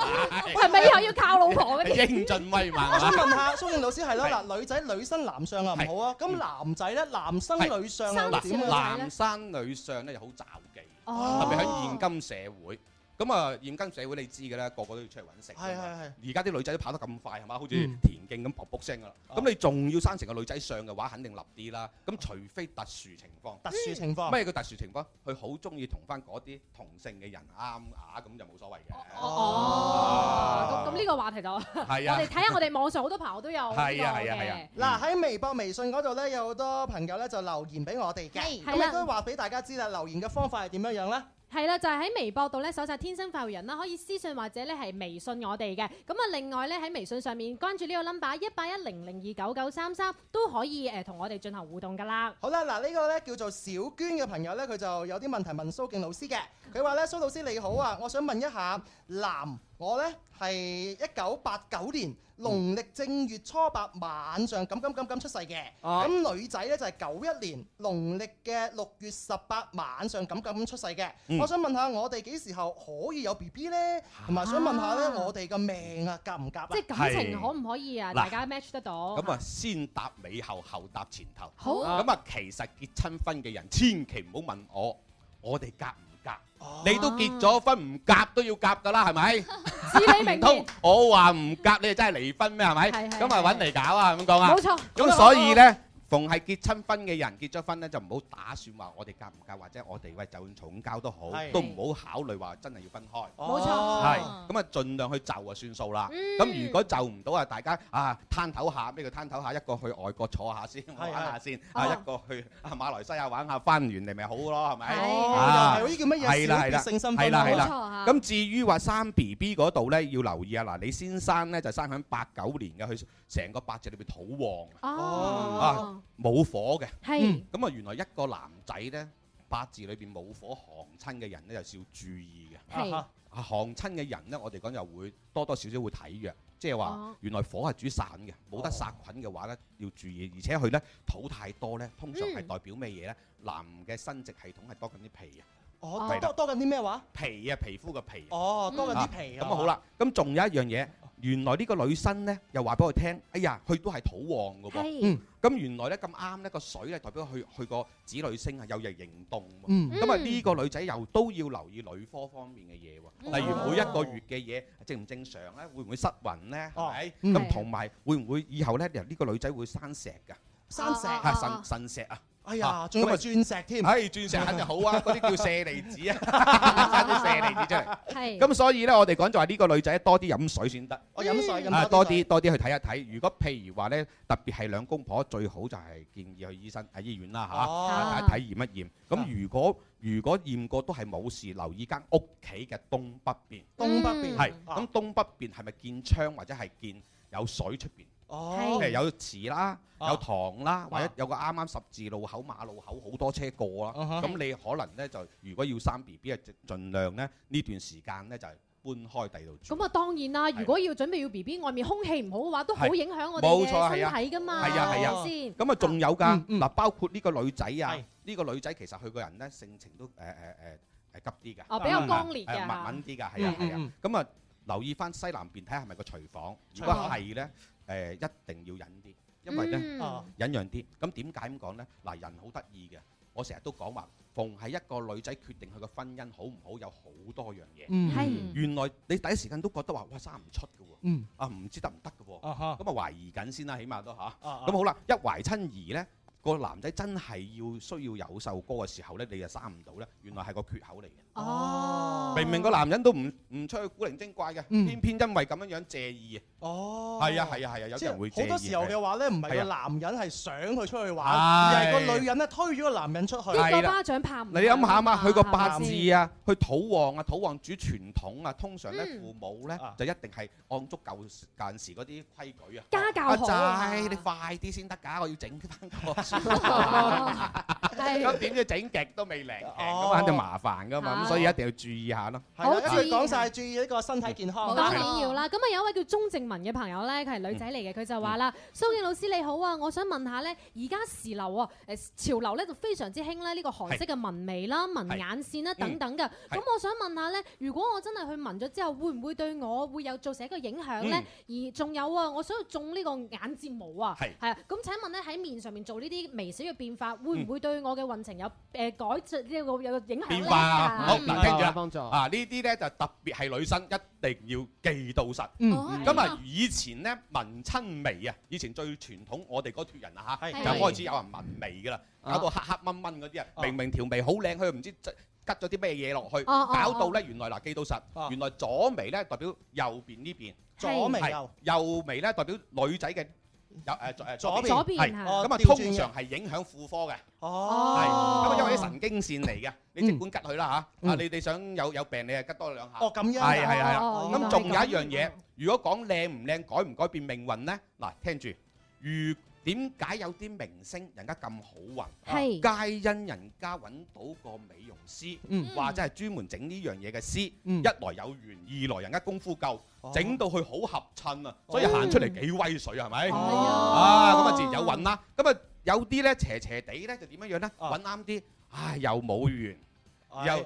Speaker 14: 係咪以後要靠老婆嗰啲？
Speaker 9: 英俊威猛啊。
Speaker 2: 我想問下蘇敬老師係咯，
Speaker 9: 係
Speaker 2: 嗱女仔女生男上啊唔好啊，咁男仔咧男生女上
Speaker 9: 嗱
Speaker 2: 又點啊？
Speaker 9: 男生女相咧又好罩忌，
Speaker 2: 哦
Speaker 9: 特別喺現今社會。咁啊，現今社會你知嘅啦，個個都要出嚟揾食㗎嘛。
Speaker 2: 係係係
Speaker 9: 而家啲女仔都跑得咁快係嘛，好似
Speaker 2: 嗯
Speaker 9: 田徑咁噗噗聲㗎啦。咁你仲要生成個女仔相嘅話，肯定立啲啦。咁除非特殊情況，
Speaker 2: 特殊情況
Speaker 9: 咩叫特殊情況？佢好中意同翻嗰啲同性嘅人
Speaker 1: À,
Speaker 9: 啱牙，咁就冇所謂嘅。
Speaker 14: 哦，咁咁呢個話題就
Speaker 9: 啊係啊
Speaker 14: 我哋睇下我哋網上好多朋友都有呢個
Speaker 9: 係啊係啊係啊
Speaker 14: 嘅。
Speaker 2: 嗱喺微博、微信嗰度咧，有好多朋友咧就留言俾我哋嘅，
Speaker 14: 係啦
Speaker 2: 咁亦都話俾大家知啦，留言嘅方法係點樣樣咧？
Speaker 14: 係啦，就係、喺微博度咧搜晒天生快活人啦，可以私信或者咧係微信我哋嘅。咁啊，另外咧喺微信上面關注呢個 number 一八一零零二九九三三都可以誒同、我哋進行互動噶啦。
Speaker 2: 好啦，嗱呢個咧叫做小娟嘅朋友咧，佢就有啲問題問蘇敬老師嘅。佢話咧，蘇老師你好啊，我想問一下，男我咧係一九八九年農曆正月初八晚上咁咁咁咁出世嘅，
Speaker 9: 啊
Speaker 4: 哦
Speaker 2: 咁女仔咧就係九一年農曆嘅六月十八晚上咁咁咁出世嘅。
Speaker 4: 嗯
Speaker 2: 我想問下我哋幾時候可以有 B B 咧？同埋想問下咧，
Speaker 14: 啊
Speaker 2: 我哋嘅命啊夾唔夾啊？
Speaker 14: 即係感情
Speaker 9: 係
Speaker 14: 可唔可以啊？
Speaker 9: 嗱
Speaker 14: 大家 match 得到？
Speaker 9: 咁啊，先搭尾後，後搭前頭。
Speaker 14: 好啊
Speaker 9: 咁啊，其實結親婚嘅人，千祈唔好問我，我哋夾唔夾？你都結咗婚唔夾都要夾噶啦，係咪？
Speaker 14: 至 理名
Speaker 9: 唔
Speaker 14: 言
Speaker 9: 通。我話唔夾，你哋真係離婚咩？係咪？
Speaker 14: 係係
Speaker 9: 咁啊，揾嚟搞啊，咁講啊。
Speaker 14: 冇錯
Speaker 9: 咁所以咧，逢係結親婚嘅人結咗婚咧，就唔好打算話我哋夾唔夾，或者我哋喂就算重交都好
Speaker 2: 係，
Speaker 9: 都唔好考慮話真係要分開。
Speaker 2: 冇錯
Speaker 9: 係咁啊，盡量去就啊算數啦。
Speaker 2: 嗯
Speaker 9: 咁如果就唔到啊，大家啊攤唞下，咩叫攤唞下？一個去外國坐下先，玩下先；啊一個去啊馬來西亞玩下，翻完嚟咪好咯，係咪？
Speaker 2: 哦
Speaker 9: 啊
Speaker 2: 又係喎呢叫乜嘢
Speaker 9: 係啦係啦，
Speaker 2: 小別勝新
Speaker 9: 係
Speaker 2: 婚
Speaker 9: 啦
Speaker 2: 啊
Speaker 9: 係
Speaker 2: 冇錯
Speaker 9: 啦
Speaker 2: 啊。
Speaker 9: 咁至於話生 B B 嗰度咧，要留意啊！嗱，李先生咧就生喺八九年嘅，佢成個八字裏邊土旺。
Speaker 14: 哦，
Speaker 9: 冇火嘅，
Speaker 14: 係嗯
Speaker 9: 咁啊，原來一個男仔咧八字裏邊冇火行親嘅人咧，就要注意嘅。
Speaker 14: 係
Speaker 9: 啊行親嘅人咧，我哋講就會多多少少會體弱，即係話
Speaker 14: 哦
Speaker 9: 原來火係煮散嘅，冇得殺菌嘅話咧要注意，而且佢咧土太多咧，通常係
Speaker 2: 嗯
Speaker 9: 代表咩嘢咧？男嘅生殖系統係多緊啲皮啊。
Speaker 2: 哦，
Speaker 9: 係啦
Speaker 2: 多多多緊啲咩話？
Speaker 9: 皮啊，皮膚嘅皮。
Speaker 2: 哦，多緊啲
Speaker 9: 啊
Speaker 2: 皮
Speaker 9: 咁啊好啦，咁仲有一樣嘢，原來呢個女生咧又話俾我聽，哎呀，佢都係土旺嘅
Speaker 2: 係
Speaker 9: 喎。
Speaker 2: 嗯。
Speaker 9: 咁原來咧咁啱呢個水咧代表佢佢個子女星啊有日凝凍
Speaker 2: 嗯
Speaker 9: 喎。咁啊呢個女仔又都要留意女科方面嘅嘢喎，例如每一個月嘅嘢正唔正常咧，會唔會失魂咧，係咪？
Speaker 2: 嗯
Speaker 9: 咁同埋會唔會以後咧呢個女仔會生石㗎？
Speaker 2: 生石
Speaker 9: 係腎腎石啊！
Speaker 2: 哎呀
Speaker 9: 啊
Speaker 2: 仲以為
Speaker 9: 咁啊
Speaker 2: 鑽石添
Speaker 9: 唉，鑽石肯定好啊，嗰啲叫舍利子啊，生啲舍利子出嚟。
Speaker 14: 係
Speaker 9: 咁所以咧，我哋講就話呢個女仔啊多啲飲水先得。
Speaker 2: 我飲水飲
Speaker 9: 啊多
Speaker 2: 多啲水
Speaker 9: 啲多啲去睇一睇。如果譬如話咧，特別係兩公婆，最好就係建議去醫生喺醫院啦
Speaker 2: 哦
Speaker 9: 嚇，睇一睇驗一驗。咁如果如果驗過都係冇事，留意間屋企嘅東北邊。
Speaker 2: 東北邊
Speaker 9: 係咁東北邊係咪見窗或者係見有水出邊？
Speaker 2: 哦
Speaker 9: 譬如有池啦，
Speaker 2: 啊
Speaker 9: 有塘啦，或者
Speaker 2: 啊
Speaker 9: 有個啱啱十字路口馬路口好多車過啦。
Speaker 2: 啊哈
Speaker 9: 咁你可能咧就如果要生 B B 啊，盡量咧呢段時間咧就係搬開第二度住。
Speaker 14: 咁啊，當然啦！
Speaker 9: 係
Speaker 14: 如果要準備要 B B，外面空氣唔好嘅話，都好
Speaker 9: 係
Speaker 14: 影響我
Speaker 9: 冇
Speaker 14: 哋
Speaker 9: 錯係啊
Speaker 14: 嘅身體㗎嘛，
Speaker 9: 係啊係
Speaker 14: 咪先
Speaker 9: 啊，咁啊仲有㗎，嗱包括呢個女仔啊，呢個女仔其實佢個人咧性情都誒誒誒誒急啲㗎，
Speaker 14: 哦比較剛烈
Speaker 9: 誒
Speaker 14: 嘅
Speaker 9: 誒敏敏啲㗎，係啊
Speaker 14: 嗯
Speaker 9: 係啊
Speaker 14: 嗯，
Speaker 9: 咁啊留意翻西南邊睇下係咪個廚房，如廚果房係咧誒一定要忍啲，因為咧啊
Speaker 2: 嗯哦
Speaker 9: 忍讓啲。咁點解咁講咧？嗱人好得意嘅，我成日都講話，逢係一個女仔決定佢個婚姻好唔好，有好多樣嘢。
Speaker 2: 嗯係
Speaker 9: 原來你第一時間都覺得話哇生唔出㗎喎。
Speaker 2: 嗯
Speaker 9: 啊唔知得唔得嘅喎，
Speaker 2: 啊哈
Speaker 9: 咁啊懷疑緊先啦，起碼都吓。
Speaker 2: 啊
Speaker 9: 咁好啦，一懷親兒咧，個男仔真係要需要有首歌嘅時候咧，你就生唔到咧，原來係個缺口嚟嘅。
Speaker 14: 哦
Speaker 9: 明明個男啊人都唔唔出去古靈精怪嘅，偏偏因為咁樣樣借意啊。
Speaker 2: 嗯哦，
Speaker 9: 係啊係啊係啊，有啲
Speaker 2: 即
Speaker 9: 人會
Speaker 2: 係
Speaker 9: 借
Speaker 2: 好
Speaker 9: 意。
Speaker 2: 多時候嘅話咧，唔係
Speaker 9: 係
Speaker 2: 個
Speaker 9: 啊
Speaker 2: 男人係想佢出去玩，
Speaker 9: 係
Speaker 2: 而係個女人咧推咗個男人出去。
Speaker 9: 係啦一個巴
Speaker 14: 掌拍唔啊
Speaker 9: 你諗下嘛，佢個八
Speaker 2: 係咪
Speaker 9: 字
Speaker 2: 先
Speaker 9: 啊，佢土旺啊，土旺主傳統啊，通常咧
Speaker 2: 嗯
Speaker 9: 父母咧就一定係按足舊舊時嗰啲規矩啊。
Speaker 14: 家教好啊
Speaker 9: 阿仔，你快啲先得㗎，我要整翻個
Speaker 14: 哦 係
Speaker 9: 咁點知整極都未
Speaker 4: 哦
Speaker 9: 靈，咁肯定麻煩㗎嘛，咁所以一定要注意下咯。
Speaker 2: 係啦，
Speaker 14: 好注
Speaker 2: 佢
Speaker 14: 意
Speaker 2: 講晒注意呢個身體健康。
Speaker 14: 當然要啦。咁啊有一位叫鐘正文嘅朋友咧，佢係女仔嚟
Speaker 9: 嗯
Speaker 14: 嘅，佢就話啦：蘇敬老師你好啊，我想問下咧，而家時流啊，誒潮流咧就非常之興咧呢個韓式嘅紋眉啦、紋眼線
Speaker 9: 嗯
Speaker 14: 啦等等嘅。咁我想問下咧，如果我真係去紋咗之後，會唔會對我會有造成一個影響咧？而仲有啊，我想要種呢個眼睫毛啊，
Speaker 9: 嗯係
Speaker 14: 係啊。咁請問咧喺面上面做呢啲微小嘅變化，會唔會對我嘅運程有誒改進呢個有影響咧？
Speaker 9: 嗯變化啊！好
Speaker 4: 嗯
Speaker 9: 嗱，聽住啦，
Speaker 4: 幫助
Speaker 9: 啊呢啲咧就特別係女生一定要記到實。
Speaker 4: 嗯哦
Speaker 9: 咁啊，以前咧紋親眉啊，以前最傳統我哋嗰脱人啊嚇，
Speaker 2: 係
Speaker 9: 就開始有人紋眉噶啦，搞
Speaker 2: 嗯
Speaker 9: 到黑黑掹掹嗰啲啊，明明條眉好靚，佢又唔知拮拮咗啲咩嘢落去，
Speaker 2: 哦哦
Speaker 9: 啊
Speaker 2: 哦
Speaker 9: 搞
Speaker 14: 啊
Speaker 9: 到咧原來嗱記到實，原來左眉咧代表右邊呢邊，
Speaker 2: 左眉
Speaker 9: 係
Speaker 2: 右
Speaker 9: 右眉咧代表女仔嘅。右誒左誒
Speaker 14: 啊
Speaker 2: 左
Speaker 9: 左
Speaker 2: 邊
Speaker 9: 邊
Speaker 2: 左邊
Speaker 9: 係
Speaker 2: 係
Speaker 9: 咁啊，
Speaker 2: 調轉
Speaker 9: 通
Speaker 2: 嘅
Speaker 9: 常係影響婦科嘅。
Speaker 2: 哦，
Speaker 9: 係咁啊，因為啲神經線嚟嘅，你即管吉佢啦嚇。啊，
Speaker 2: 嗯
Speaker 9: 你哋想有有病，你啊吉多兩下。
Speaker 2: 哦咁樣㗎
Speaker 9: 係係係啊
Speaker 2: 哦原
Speaker 9: 咁
Speaker 2: 來係
Speaker 9: 仲有一樣嘢，如果講靚唔靚，改唔改變命運咧？嗱，聽住，如點解有啲明星人家咁好運？係皆因人家揾到個美容師
Speaker 2: 嗯，
Speaker 9: 或者係專門整呢樣嘢嘅師，
Speaker 2: 嗯
Speaker 9: 一來有緣，二來人家功夫夠
Speaker 2: 哦，
Speaker 9: 整到佢好合襯啊，所以行出嚟幾威水係咪？
Speaker 2: 哦
Speaker 9: 啊，咁啊自然有運啦。咁啊有啲咧斜斜地咧就點樣樣咧？揾啱啲，唉又冇緣。又入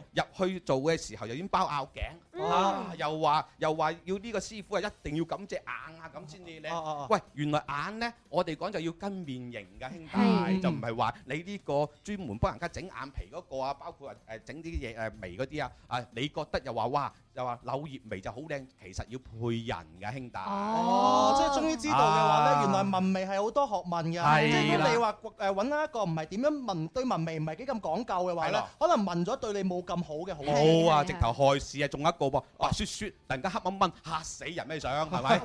Speaker 9: 去做嘅時候又已經包拗頸，啊又話又話要呢個師傅啊一定要咁隻眼啊咁先至靚。喂，原來眼呢，我哋講就要跟面型㗎，兄弟，就唔係話你呢個專門幫人家整眼皮嗰個啊，包括誒整啲嘢誒眉嗰啲啊，啊你覺得又話哇就話柳葉眉就好靚，其實要配人嘅兄弟。
Speaker 2: 哦，即係終於知道嘅話咧，
Speaker 9: 啊
Speaker 2: 原來文味係好多學問嘅。
Speaker 9: 係
Speaker 2: 即係如
Speaker 9: 啦
Speaker 2: 果你話誒揾一個唔係點樣聞對文味唔係幾咁講究嘅話
Speaker 9: 係
Speaker 2: 咧
Speaker 9: 啦，
Speaker 2: 可能聞咗對你冇咁好嘅好處。
Speaker 9: 冇啊！直頭害事啊！仲有一個噃，白雪雪突然間黑掹掹，嚇死人咩相係咪？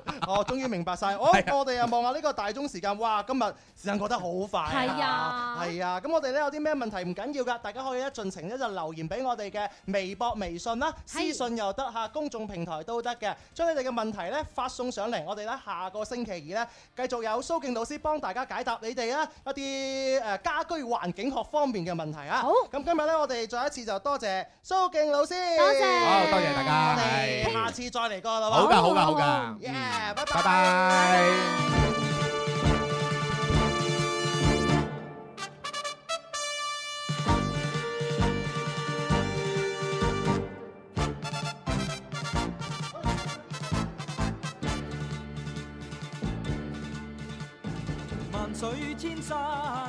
Speaker 2: 我終於明白晒，我
Speaker 9: 係啊
Speaker 2: 我哋又望下呢個大鐘時間，哇！今日時間過得好快
Speaker 1: 係啊
Speaker 2: 係啊！咁我哋咧有啲咩問題唔緊要㗎，大家可以咧盡情咧就留言俾我哋嘅微博、微信啦，私信又得嚇，公眾平台都得嘅，將你哋嘅問題咧發送上嚟，我哋咧下個星期二咧繼續有蘇敬老師幫大家解答你哋啊一啲誒家居環境學方面嘅問題啊。好，咁今日咧我哋再一次就多謝蘇敬老師，多謝，
Speaker 9: 好多謝大家
Speaker 2: 我哋
Speaker 9: 係
Speaker 2: 下次再嚟過啦喎，
Speaker 9: 好㗎好㗎好㗎
Speaker 2: 耶，拜拜。
Speaker 9: 拜拜。
Speaker 5: 萬水千山